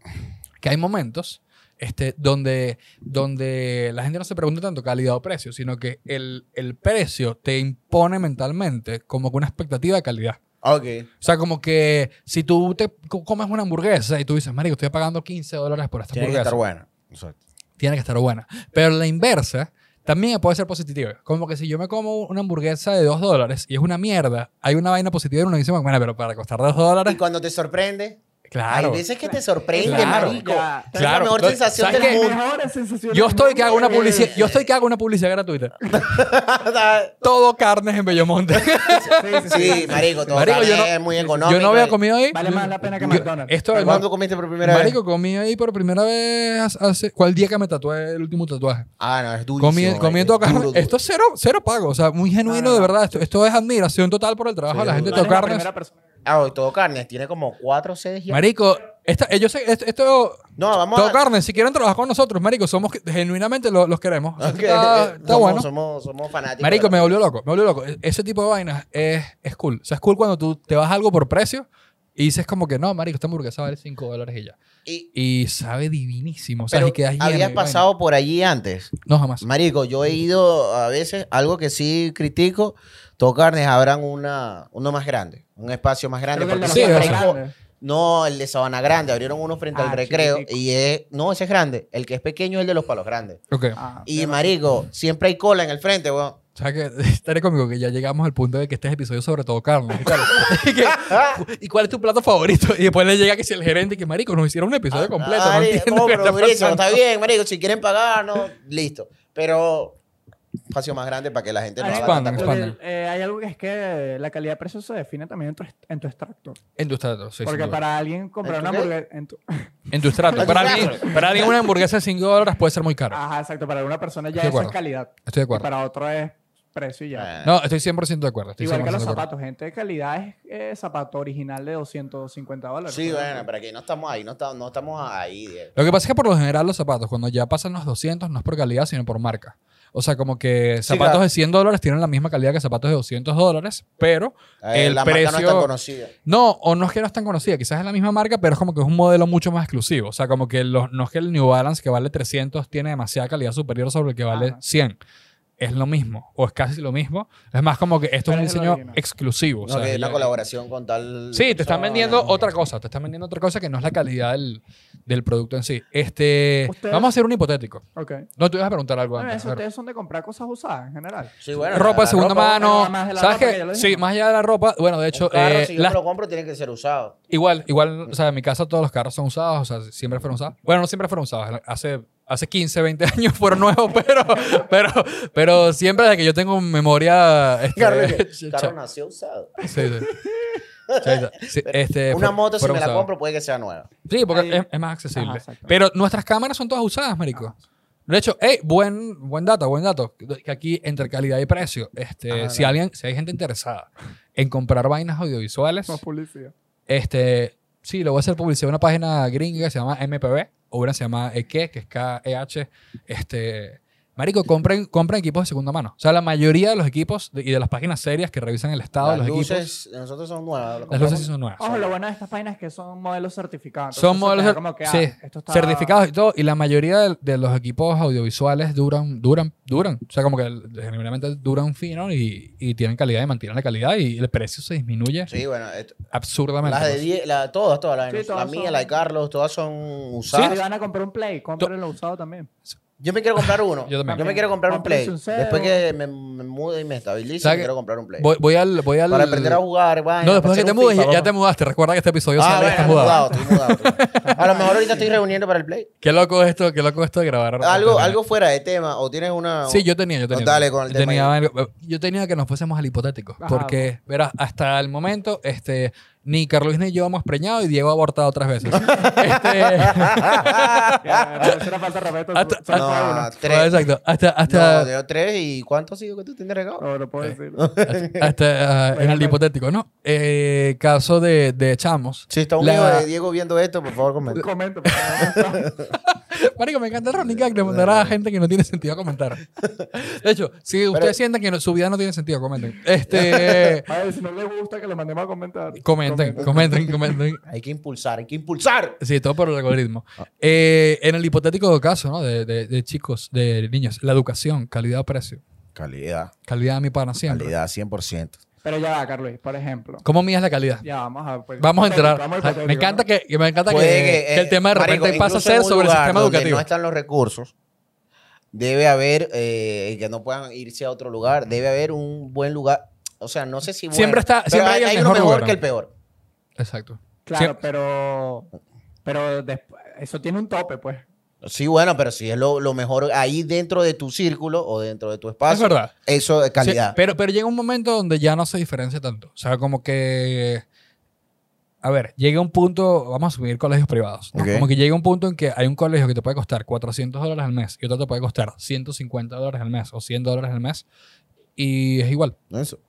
que hay momentos este, donde, donde la gente no se pregunta tanto calidad o precio, sino que el, el precio te impone mentalmente como que una expectativa de calidad.
Ok.
O sea, como que si tú te co- comes una hamburguesa y tú dices, marico, estoy pagando 15 dólares por esta
Tiene que
hamburguesa,
estar buena. Exacto.
tiene que estar buena. Pero la inversa También puede ser positiva. Como que si yo me como una hamburguesa de 2 dólares y es una mierda, hay una vaina positiva en una que dice, bueno, pero para costar 2
Y
dólares,
cuando te sorprende,
claro.
hay veces que te sorprende,
Claro.
marico.
Ya.
Es la
Claro.
mejor
Lo-
sensación
¿sabes
del
qué?
mundo. <laughs>
Mejores sensaciones.
Yo estoy que hago una
Mejores.
publicidad, yo estoy que hago una publicidad gratuita. Todo carnes en
<laughs>
Bellomonte.
Sí, sí, sí.
sí, marico, todo
Marico, yo
también
no-
es muy económico.
Yo no había comido ahí.
Vale más la pena que
Yo-
McDonald's.
Esto es
¿Cuándo comiste por primera vez?
Marico, comí ahí por primera vez hace... ¿Cuál día que me tatué el último tatuaje?
Ah, no, es durísimo.
Comí, comí en
marico,
todo carne.
duro, duro.
Esto es cero, cero pago. O sea, muy genuino,
no,
de
no.
verdad. Esto, esto es admiración total por el trabajo de la gente
Tú
de
eres
todo
la
carnes.
primera persona.
Ah, hoy todo carnes. Tiene como cuatro sedes ya.
Marico, esta, eh, yo sé, esto... esto
No, vamos
todo
a...
carne, si quieren trabajar con nosotros, Marico, somos que- genuinamente lo- los queremos. O sea,
<laughs> Ok,
Está, está
somos,
bueno.
Somos, somos fanáticos.
Marico, me
de-
volvió loco, me volvió loco. E- Ese tipo de vainas es, es cool. O sea, es cool cuando tú te vas algo por precio y dices como que no, Marico, esta hamburguesa vale 5 dólares y ya.
Y-
Y sabe divinísimo. O sea,
pero
y quedas lleno. y
habías
vaina.
pasado Ah. por allí antes.
No, jamás.
Marico, yo he ido a veces, algo que sí critico, todo carnes abran una, uno más grande, un espacio más grande.
Creo que el de
porque
la
Sí,
siempre
o
Sabana
hay
sea,
co-
Grande.
No, el de Sabana Grande, abrieron uno frente al
Ah,
recreo
chiquitico.
y es, no, ese es grande, el que es pequeño es el de los palos grandes.
Ok.
Ah,
Y marico, siempre hay cola en el frente, weón.
O sea, que <laughs> estaré conmigo que ya llegamos al punto de que este es episodio sobre todo carne.
<laughs>
Claro. <laughs> y, que, ¿Y cuál es tu plato favorito? Y después le llega que si el gerente, que marico, nos hicieron un episodio completo.
Ah,
no
marico,
entiendo
no,
qué
pero
está
durísimo,
pasando.
está bien, marico, si quieren pagarnos, listo. Pero espacio más grande para que la
Ah,
gente no haga
Expandan,
tanta
Porque,
cola.
expandan.
eh, hay algo que es que la calidad de precio se define también en tu, est- en tu extracto.
En tu estrato, sí.
Porque
sin duda.
para alguien comprar
¿En tu
una
qué?
hamburguesa. En tu-
En tu estrato.
<laughs> En tu
para, mí,
estrato.
para alguien una hamburguesa de 5 dólares puede ser muy caro.
Ajá, exacto. Para una persona
Estoy
ya
de
eso es
acuerdo.
calidad.
Estoy de
Y
acuerdo.
para otro es precio y ya.
Eh,
No, estoy 100% de acuerdo. Estoy
Igual
100%
que los
de acuerdo.
zapatos. Gente de calidad es eh, zapato original de 250 dólares.
Sí,
por
bueno,
ejemplo.
pero aquí no estamos ahí, no estamos, no estamos ahí. eh. Diego.
Lo que pasa es que por lo general los zapatos, cuando ya pasan los 200, no es por calidad, sino por marca. O sea, como que zapatos
claro.
de 100 dólares tienen la misma calidad que zapatos de 200 dólares, pero
Eh,
el
la
precio...
marca no es tan conocida.
No, o no es que no es tan conocida, quizás es la misma marca, pero es como que es un modelo mucho más exclusivo. O sea, como que los- no es que el New Balance que vale 300 tiene demasiada calidad superior sobre el que vale
Ajá.
100. Es lo mismo, o es casi lo mismo. Es más como que esto
Pero
es
es
un
el
diseño
original.
exclusivo. o
No,
sea,
que es una
ya-
colaboración con tal.
Sí, te están
persona.
vendiendo otra cosa, te están vendiendo otra cosa que no es la calidad del, del producto en sí. Este,
Ustedes-
vamos a hacer un hipotético.
Ok.
No, tú ibas a preguntar algo
Bueno,
antes.
eso,
a ver.
ustedes son de comprar cosas usadas en general.
Sí, bueno,
ropa de
la- la
segunda
ropa,
mano.
bueno, más de la
¿Sabes
ropa que ya
qué?
lo
Sí,
dijimos.
más allá de la ropa. Bueno, de
un
hecho,
carro,
eh,
si yo
las-
me lo compro, tiene que
<laughs>
ser usado.
igual, igual, o sea, en mi casa todos los carros son usados, o sea, siempre fueron usados. Bueno, no siempre fueron usados. Hace, hace 15, 20 años fueron nuevos, <laughs> pero, pero, pero siempre desde que yo tengo memoria. este, <laughs>
Carro, que-
cha-
carro nació usado.
sí, sí. Cha-
<laughs>
sí, este,
Una
fue-
moto, si
fueron
me la
usados.
compro, puede que sea nueva.
Sí, porque
Ahí-
es, es más accesible.
Ajá, exacto.
Pero nuestras cámaras son todas usadas,
Ah,
marico. De hecho, hey, buen, buen dato, buen dato. Que aquí entre calidad y precio, este,
Ajá,
si alguien, si hay gente interesada en comprar vainas audiovisuales,
No pues. es publicidad.
este, sí, le voy a hacer publicidad a una página gringa que se llama MPB, o una se llama EKE, que es KEH. Este, marico, compren, compren equipos de segunda mano. O sea, la mayoría de los equipos de- y de las páginas serias que revisan el estado de
Las
los equipos,
luces, nosotros son nuevas. lo
las
compramos.
luces Ah, sí son nuevas.
Ojo, lo bueno de estas páginas es que son modelos certificados.
Son
Entonces,
modelos
te da
cer-
como que, ah,
sí,
esto está-
certificados y todo. Y la mayoría de, de los equipos audiovisuales duran, duran, duran. O sea, como que generalmente duran fino y, y tienen calidad y mantienen la calidad y el precio se disminuye
Sí, bueno, esto-
absurdamente.
las de
pues.
10, la- todas, todas. La,
Sí,
la
todas
mía,
son-
la de Carlos, todas son
Si
usadas.
van a comprar un Play, cómprenlo usado
<laughs>
también.
Yo me quiero comprar uno.
Yo
Yo,
también.
me quiero comprar un
Cómprese
Play.
un cero.
Después que me, me mude y me estabilice,
¿Sabes
me
qué?
quiero comprar un Play.
Voy, voy al, voy al-
Para aprender a jugar,
No, después de que te mudes, ya, ya te mudaste. Recuerda que este episodio
Ah,
sale y
bueno,
estás
estoy
mudado.
mudado, estoy mudado, estoy mudado. A lo mejor
<laughs>
ahorita estoy reuniendo para el Play.
Qué loco esto, qué loco esto de grabar.
Algo, algo fuera de tema, o tienes una...
<laughs> Sí, yo tenía, yo tenía.
Dale con el
yo
tema
tenía,
ahí.
algo- eh, yo tenía que nos fuésemos al hipotético.
Ajá.
Porque, verás, hasta el momento, este, ni Carlos Luis ni yo hemos preñado y Diego ha abortado tres
<laughs>
veces. este,
Ah,
Ya, no, es una falta de respeto.
Hasta-
solo fue
No,
uno.
Ah,
tres.
exacto. Hasta,
No,
<laughs> hasta,
yo tres y ¿cuántos hijos que tú tienes regado?
No, no puedo decir.
hasta, ah, en el hipotético, ¿no? Eh, caso de, de
<laughs>
chamos.
Si está un
La-
hijo de Diego viendo esto, por favor, comenta.
Comento. por favor.
Marico, me encanta el running gag. Le mandará a gente que no tiene sentido comentar. De hecho, si ustedes sienten que no- su vida no tiene sentido, comenten. Este,
<laughs>
A ver, si no les gusta, que lo mandemos a comentar.
comenten, comenten, comenten.
Hay que impulsar, hay que impulsar.
Sí, todo
Ah.
por el algoritmo. Eh, en el hipotético caso, ¿no? De, de- de chicos, de niños, la educación, calidad o precio.
Calidad,
Calidad a mi pana siempre.
100%.
Pero ya va, Carlos, por ejemplo.
¿Cómo mides la calidad?
Ya vamos a. pues,
Vamos a entrar. Ah,
vamos al
Me
hipotético,
encanta
¿no?
que, que me encanta que,
Puede
que el
eh,
tema de repente
marico,
pasa a
incluso
ser
en un
sobre el
lugar
sistema
donde
educativo.
No están los recursos. debe haber, eh, que no puedan irse a otro lugar, debe haber un buen lugar. O sea, no sé si bueno,
Siempre está-
pero
siempre hay el
hay, hay
mejor
uno mejor
lugar.
que el peor.
Exacto.
Claro,
Sí.
pero. Pero después, eso tiene un tope, pues.
Sí, bueno, pero si es lo, lo mejor ahí dentro de tu círculo o dentro de tu
Es
espacio,
verdad.
eso es calidad.
Sí, pero, pero llega un momento donde ya no se diferencia tanto. O sea, como que. A ver, llega un punto, vamos a subir colegios privados. ¿no?
Ok.
Como que llega un punto en que hay un colegio que te puede costar 400 dólares al mes y otro te puede costar 150 dólares al mes o 100 dólares al mes y es igual.
Eso.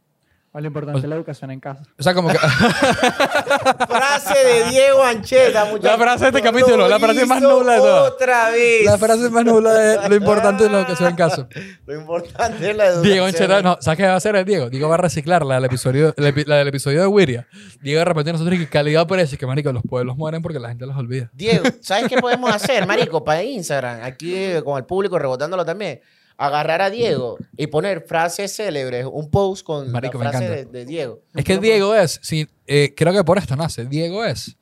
O Lo importante es la educación en casa.
O sea, como que
<laughs> Frase de Diego Ancheta,
La
muchachos.
frase de este
Lo
capítulo, la frase más
hizo
nula de todas.
Otra vez.
la frase más nula es lo importante es lo que sea en
<laughs>
caso.
Lo importante es la educación.
Diego Ancheta, no, ¿sabes qué va a hacer el Diego? Diego va a reciclar la del episodio, la, epi- la del episodio de Wiria. Diego de repente nosotros que calidad por eso, es que marico, los pueblos mueren porque la gente los olvida.
Diego, ¿sabes qué podemos hacer, marico? Para Instagram, aquí eh, con el público rebotándolo también. Agarrar a Diego y poner frases célebres, un post con
Marico, me
la frase de,
encanta.
de Diego.
Es que Diego es, sí, eh, creo que por esto nace, Diego es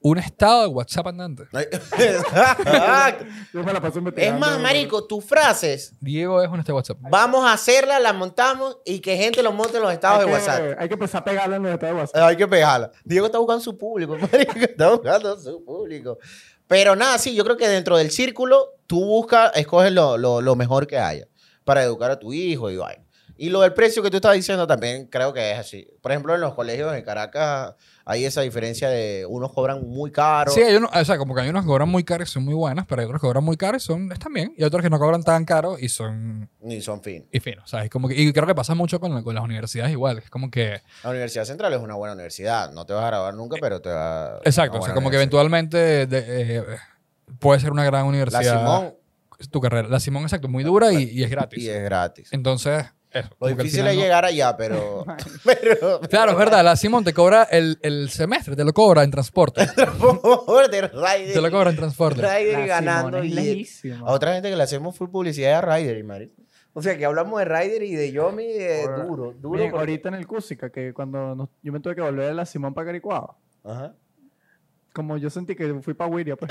un estado de WhatsApp andante.
Yo me la
<laughs>
paso
es
investigando.
más, marico, tus frases,
Diego es un estado de WhatsApp.
vamos a hacerlas, las montamos y que gente los monte en los
Hay
estados de
que-
WhatsApp.
Hay que empezar a pegarlo en los estados de WhatsApp.
Eh, Hay que pegarla. Diego está buscando su público, <laughs> marico. Está buscando su público. Pero nada, sí, yo creo que dentro del círculo tú buscas, escoges lo, lo- lo mejor que haya para educar a tu hijo y vaina. Y lo del precio que tú estabas diciendo también creo que es así. Por ejemplo, en los colegios en Caracas hay esa diferencia de unos cobran muy caro.
Sí, hay uno, o sea, como que hay unos que cobran muy caros y son muy buenas, pero hay otros que cobran muy caros y son, están bien, y otros que no cobran tan caro y son,
Y son fin.
y fino, ¿sabes? Como que, y creo que pasa mucho con, la- con las universidades igual, es como que...
La Universidad Central es una buena universidad. No te vas a graduar nunca, pero te va
Exacto,
una
o sea,
buena
como que
universidad.
eventualmente de- eh, puede ser una gran
La
universidad.
Simón
Tu carrera. La Simón, exacto, muy dura y, y es gratis.
y es gratis.
Entonces, eso.
Lo
como que al
difícil
final
es
no-
llegar
<laughs>
allá, pero... <laughs> pero
Claro, es verdad, la Simón te cobra el, el semestre, te lo cobra en transporte.
Border, Ryder.
te lo cobra en transporte.
Ryder
La
ganando.
Simona es
y-
lejísima.
a otra gente que le hacemos full publicidad es a Ryder y Mari. O sea, que hablamos de Ryder y de Yomi eh,
Ahora,
duro, duro.
Miren,
porque-
ahorita en el Cusica, que cuando nos- yo me tuve que volver de la Simón para Caricuado,
Ajá.
como yo sentí que fui para Wiria,
<laughs>
pues.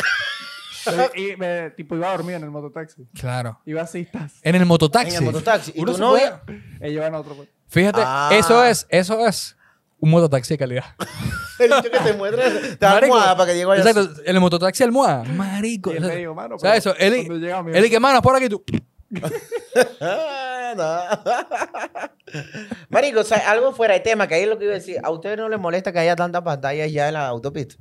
y me, tipo, iba a dormir en el mototaxi.
Claro.
Iba así, estás.
En el mototaxi.
En el mototaxi. ¿Y
Uno
tu
se
novia? <laughs>
Ella va en otro, pues.
Fíjate,
Ah.
eso es, eso es un mototaxi de
<laughs>
calidad.
El bicho que te muestra
<laughs>
te da
Marico,
almohada para que Diego vaya
Exacto, en el mototaxi almohada. Marico.
Y él
o sea,
me dijo, mano,
o sea,
pero
eso, él y-
cuando llegaba, me
él y que, mano, por aquí tú.
Ah, no. <laughs> Marico, o sea, algo fuera de tema, que ahí es lo que iba a decir. ¿A ustedes no les molesta que haya tantas pantallas ya en la autopista?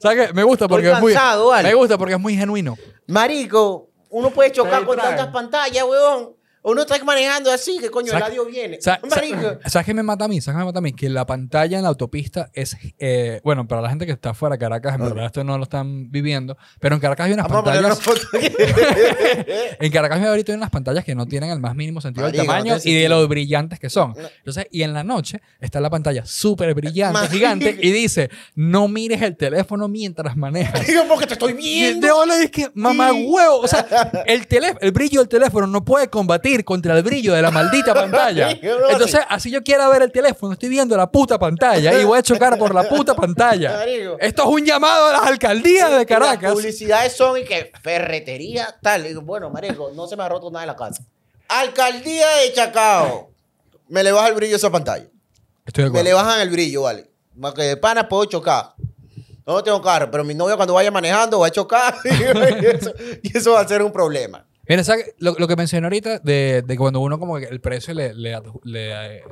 ¿Sabes qué? Me gusta porque
Estoy
es muy.
cansado, vale.
Me gusta porque es muy genuino.
Marico, uno puede chocar
Te
con
distraen.
tantas pantallas, weón. Uno está manejando así, que coño, el
Sac-
radio viene.
Sa- sa-
Marico.
¿Sabes qué me mata a mí? ¿Sabes qué me mata a mí? Que la pantalla en la autopista es. eh, bueno, para la gente que está fuera de Caracas, en verdad esto no lo están viviendo. Pero en Caracas hay unas
Vamos a poner una
pantallas.
foto aquí.
En Caracas hay ahorita unas pantallas que no tienen el más mínimo sentido del
Marico, no
tamaño
tiene
y de
sentido.
lo brillantes que son. Entonces, y en la noche está la pantalla súper brillante, gigante, y dice: No mires el teléfono mientras manejas.
<laughs> Digo, porque te estoy
Y el
viendo.
de hola es que mamá
Sí.
huevo. O sea, el, telé- el brillo del teléfono no puede combatir contra el brillo de la
<laughs>
maldita pantalla.
Sí, bro,
Entonces, así yo quiero ver el teléfono, estoy viendo la puta pantalla y voy a chocar por la puta pantalla.
Marico.
Esto es un llamado a las alcaldías de
Las
Caracas.
publicidades son y que ferretería, tal. Y digo, bueno, marico, no se me ha roto nada en la casa. Alcaldía de Chacao. Me le baja el brillo a esa pantalla.
Estoy de
Me le
acuerdo.
bajan el brillo, vale. Más que de pana puedo chocar. No tengo carro, pero mi novia cuando vaya manejando va a chocar. <laughs> y, eso, y eso va a ser un problema.
Mira, ¿sabes? Lo, lo que mencioné ahorita de, de cuando uno como que el precio le, le adju- le, eh,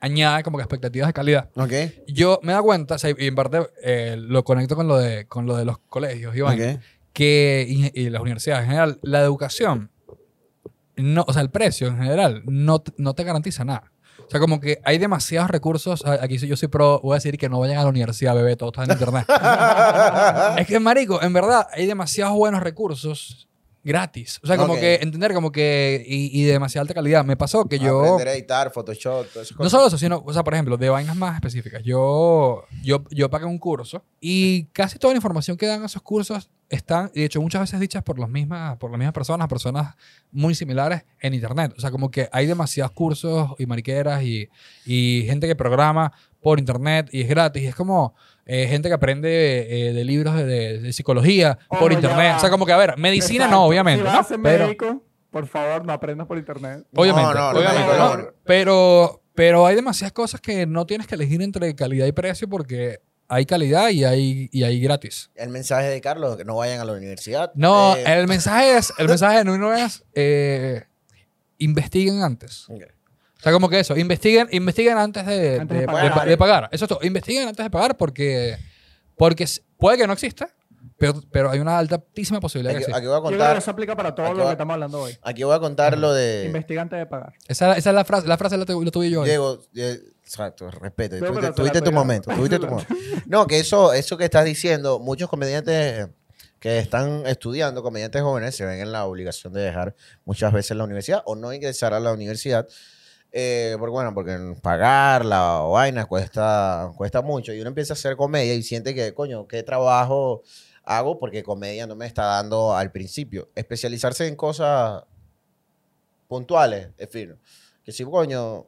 añade como que expectativas de calidad.
¿Ok?
Yo me da cuenta, o sea, y en parte eh, lo conecto con lo de, con lo de los colegios, Iván. que y, y las universidades en general, la educación, no, o sea, el precio en general, no, t- no te garantiza nada. O sea, como que hay demasiados recursos. a- Aquí soy- yo soy pro, voy a decir que no vayan a la universidad, bebé, todo está en
<laughs>
internet. es que, marico, en verdad, hay demasiados buenos recursos gratis. O sea, como
Ok.
que entender, como que. Y, y de demasiada alta calidad. Me pasó que yo.
Aprender a editar, Photoshop, todas esas
No
cosas.
solo eso, sino, o sea, por ejemplo, de vainas más específicas. Yo, yo, yo pagué un curso y casi toda la información que dan esos cursos están, y de hecho, muchas veces dichas por las mismas, por las mismas personas, personas muy similares en internet. O sea, como que hay demasiados cursos y mariqueras y, y gente que programa por internet y es gratis. Y es como eh, gente que aprende eh, de libros de, de- de psicología
Ojo,
por
Oh, ya
internet.
va.
O sea, como que, a ver, medicina no,
Exacto.
obviamente.
Si vas
¿no?
a ser
Pero-
médico, por favor, no aprendas por internet.
Obviamente,
No, no, no,
obviamente,
no, no,
¿no?
no.
Pero, pero hay demasiadas cosas que no tienes que elegir entre calidad y precio porque hay calidad y hay, y hay gratis.
El mensaje de Carlos, que no vayan a la universidad.
No,
Eh,
el mensaje es, el mensaje de Nuno es, eh, investiguen antes.
ok.
O sea, como que eso, investiguen, investiguen antes de,
Antes de
de- de- de
pagar.
pagar. Eso es todo, investiguen antes de pagar porque, porque s- puede que no exista, pero, pero hay una altísima posibilidad que
Aquí,
exista.
aquí voy a
Yo creo que
contar,
eso aplica para todo
Aquí
lo
va-
que estamos hablando hoy.
aquí voy a contar lo de...
Investigante de pagar.
Esa, esa es la frase, la frase la, tu- la tuve yo hoy.
Diego, eh, exacto, respeto.
Pero
Tuviste,
te la
tuviste tu
pegaron.
momento, tuviste tu momento. No, que eso, eso que estás diciendo, muchos comediantes que están estudiando, comediantes jóvenes, se ven en la obligación de dejar muchas veces la universidad o no ingresar a la universidad. eh, porque bueno, porque pagar la vaina cuesta, cuesta mucho y uno empieza a hacer comedia y siente que, coño, qué trabajo hago porque comedia no me está dando al principio. Especializarse en cosas puntuales, es fino. Que si, coño,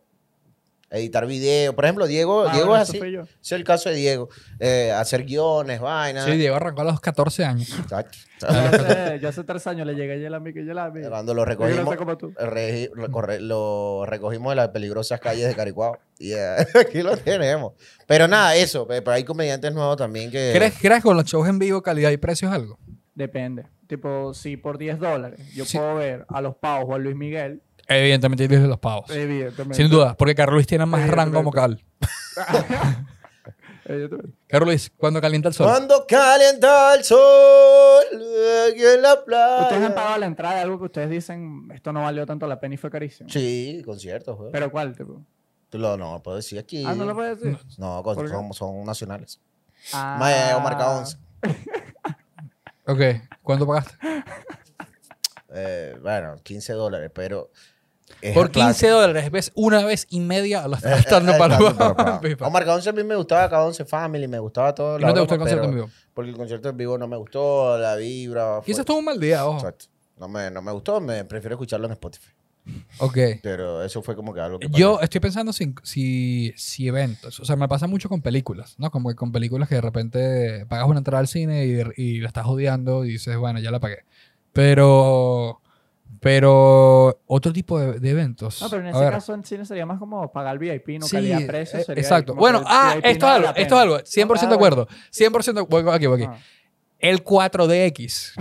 editar video. Por ejemplo, Diego,
Ah,
Diego
bueno,
es
eso
así.
soy yo.
Ese es el caso de Diego. Eh, hacer guiones, vainas.
Sí, Diego arrancó a los 14 años.
<laughs>
Chacho,
Yo
chacho.
hace, yo hace tres años le llegué a Yelami que Yelami. Yo
Cuando lo
quiero
recogimos,
ser como tú.
regi- recorre- lo recogimos de las peligrosas calles de Caricuao. Y eh, <laughs> aquí lo tenemos. Pero nada, eso. pe- Pero hay comediantes nuevos también que.
¿Crees, ¿Crees con los shows en vivo calidad y precio es algo?
Depende. Tipo, si por 10 dólares yo
Sí.
puedo ver a los pavos o a Luis Miguel,
Evidentemente Luis de los Pavos.
evidentemente.
Sin duda, porque Carlos Luis tiene más
Sí,
rango
totalmente.
vocal.
Evidentemente.
Carlos Luis, cuando calienta el sol.
Cuando calienta el sol aquí en la
Ustedes han
playa.
pagado la entrada de algo que ustedes dicen, esto no valió tanto la pena y fue carísimo.
Sí, conciertos. güey.
¿Pero cuál? Tipo?
Tú lo- no, puedo decir aquí.
Ah, ¿no lo puedes decir?
No,
¿Por
con-
qué?
son, son nacionales.
Ah.
Maya marca 11.
Ok, ¿cuánto pagaste?
Eh, bueno, 15 dólares, pero. es
Por
la plata. <laughs>
15 dólares ves una vez y media a los
Eh, eh, eh,
stand-up para
stand-up
<laughs>
para-
<laughs>
Pipa.
Omar K11 a mí me gustaba, K11 Family, me gustaba todo.
¿Y
la
no te
broma,
gustó el concierto
pero
en vivo?
Porque el concierto en vivo no me gustó, la vibra. fue-
Quizás tuvo un mal día, ojo.
Exacto. No me, no me gustó, me prefiero escucharlo en Spotify.
Ok.
Pero eso fue como que algo que
Yo
pasó. <laughs>
estoy pensando si, si, si eventos. O sea, me pasa mucho con películas, ¿no? Como que con películas que de repente pagas una entrada al cine y, y la estás odiando y dices, bueno, ya la pagué. Pero. Pero. Otro tipo de, de eventos.
No, pero en
A
ese
ver.
caso en cine sería más como pagar el VIP, no
Sí,
calidad-precio.
eh,
sería
exacto.
como
Bueno,
que el
ah,
VIP
esto
no
es
vale
algo,
la
esto es
pena.
algo. 100% de
Ah, bueno.
acuerdo. 100% voy aquí, voy aquí.
Ah.
El 4DX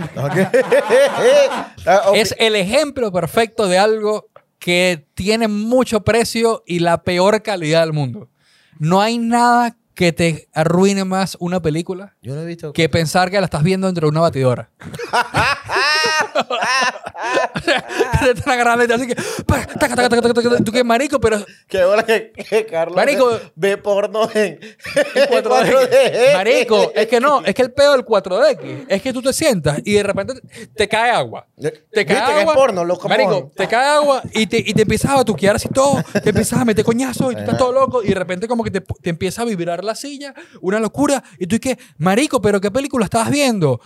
Ah, ok.
es el ejemplo perfecto de algo que tiene mucho precio y la peor calidad del mundo. No hay nada que te arruine más una película
Yo no he visto.
que pensar que la estás viendo entre una batidora. te están agarrando y te hacen que... "Pa, taca, taca, taca, taca, taca". Tú que marico, pero
Que ahora que, que Carlos
Marico.
ve- ve porno en,
<laughs>
en
4DX.
4DX.
Marico, es que
<laughs>
no, es que el pedo del 4DX es que tú te sientas y de repente te cae agua. Te cae
¿Viste que es
agua.
porno, loco,
Marico,
<laughs> porno.
te cae agua y te, y te empiezas a tuquear así todo. Te empiezas a meter coñazo y tú estás todo loco. Y de repente, como que te, te empieza a vibrar la silla, una locura. Y tú y que, Marico, pero ¿qué película estabas viendo?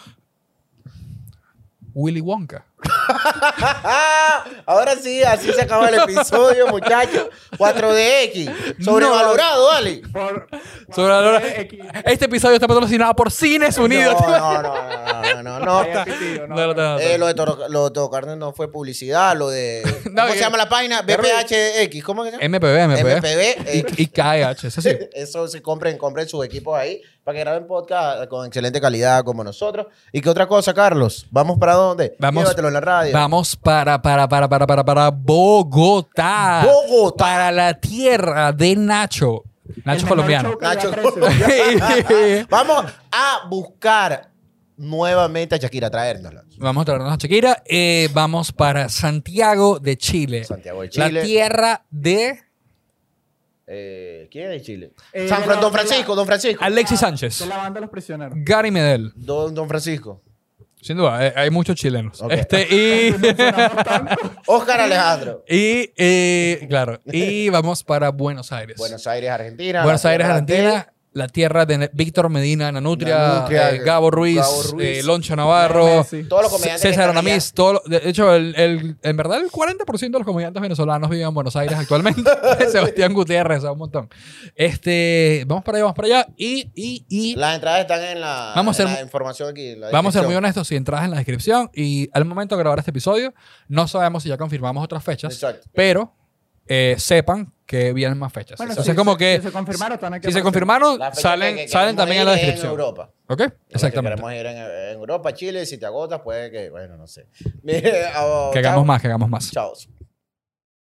Willy Wonka.
Ah, ahora sí, así se acaba el episodio, muchachos. 4DX. Sobrevalorado, Ali.
Por
Sobre la lora-
X.
Este episodio está patrocinado por Cines Unidos.
No, no, no, no, no, no.
Vaya pitido,
<laughs> No,
no,
no,
no.
no, no.
Eh, lo de Toro, lo de Toro Carne no fue publicidad, lo de...
<laughs> No,
¿Cómo
que-
se llama la página?
Carlos.
BPHX, ¿cómo que se llama?
MPB, MPB. <laughs>
MPB, eh.
Y, y KH, eso sí.
Eso se compren, compren sus equipos ahí para que graben podcast con excelente calidad como nosotros. ¿Y qué otra cosa, Carlos? ¿Vamos para dónde?
Vamos-
Llévatelo en la radio.
Vamos para, para, para, para, para, para Bogotá.
Bogotá.
Para la tierra de Nacho. Nacho
El
colombiano.
menor show que
Nacho. <laughs>
le aprecio.
Vamos a buscar nuevamente a Shakira, a traérnosla.
<laughs> vamos a traernos a Shakira. Eh, vamos para Santiago de Chile.
Santiago de
La
Chile.
tierra de
Eh, ¿Quién es Chile?
Eh,
San
de
Fran-
la-
don
de la-
Francisco, don Francisco.
Alexis
De
Sánchez.
la banda de los prisioneros.
Gary Medel.
Don, don Francisco.
Sin duda, eh, hay muchos chilenos.
Ok.
Este,
<laughs>
y.
Oscar Alejandro.
y, eh, claro. Y vamos para Buenos Aires.
Buenos Aires, Argentina.
Buenos
La
Aires,
tierra de-
Argentina. la tierra de Ne- Víctor Medina, Nanutria,
Nanutria,
eh, Gabo Ruiz,
Gabo Ruiz,
eh, Loncho Navarro,
Messi.
Todos los comediantes. que
César
están allá.
Anamis, todo lo- de hecho, el, el- en verdad el 40% de los comediantes venezolanos viven en Buenos Aires actualmente. <laughs>
<laughs>
Sebastián Gutiérrez, o sea, un montón. Este, vamos para allá, vamos para allá. Y, y, y
Las entradas están en la,
Vamos a
en
ser-
la información aquí. en la
vamos a ser muy
descripción.
honestos, si entras en la descripción y al momento de grabar este episodio, no sabemos si ya confirmamos otras fechas,
Exacto.
pero eh, sepan que vienen más fechas.
Bueno,
Entonces,
si-
como que
si se confirmaron, están aquí
si se
apareciendo.
confirmaron,
La fecha
salen,
que- que
salen también en la
queremos ir
descripción.
En Europa.
¿ok? Exactamente.
Si queremos ir en, en Europa, Chile, si te agotas, puede que, bueno, no sé. <laughs> Mire, ah,
Que
chao.
hagamos más, que hagamos más.
Chao.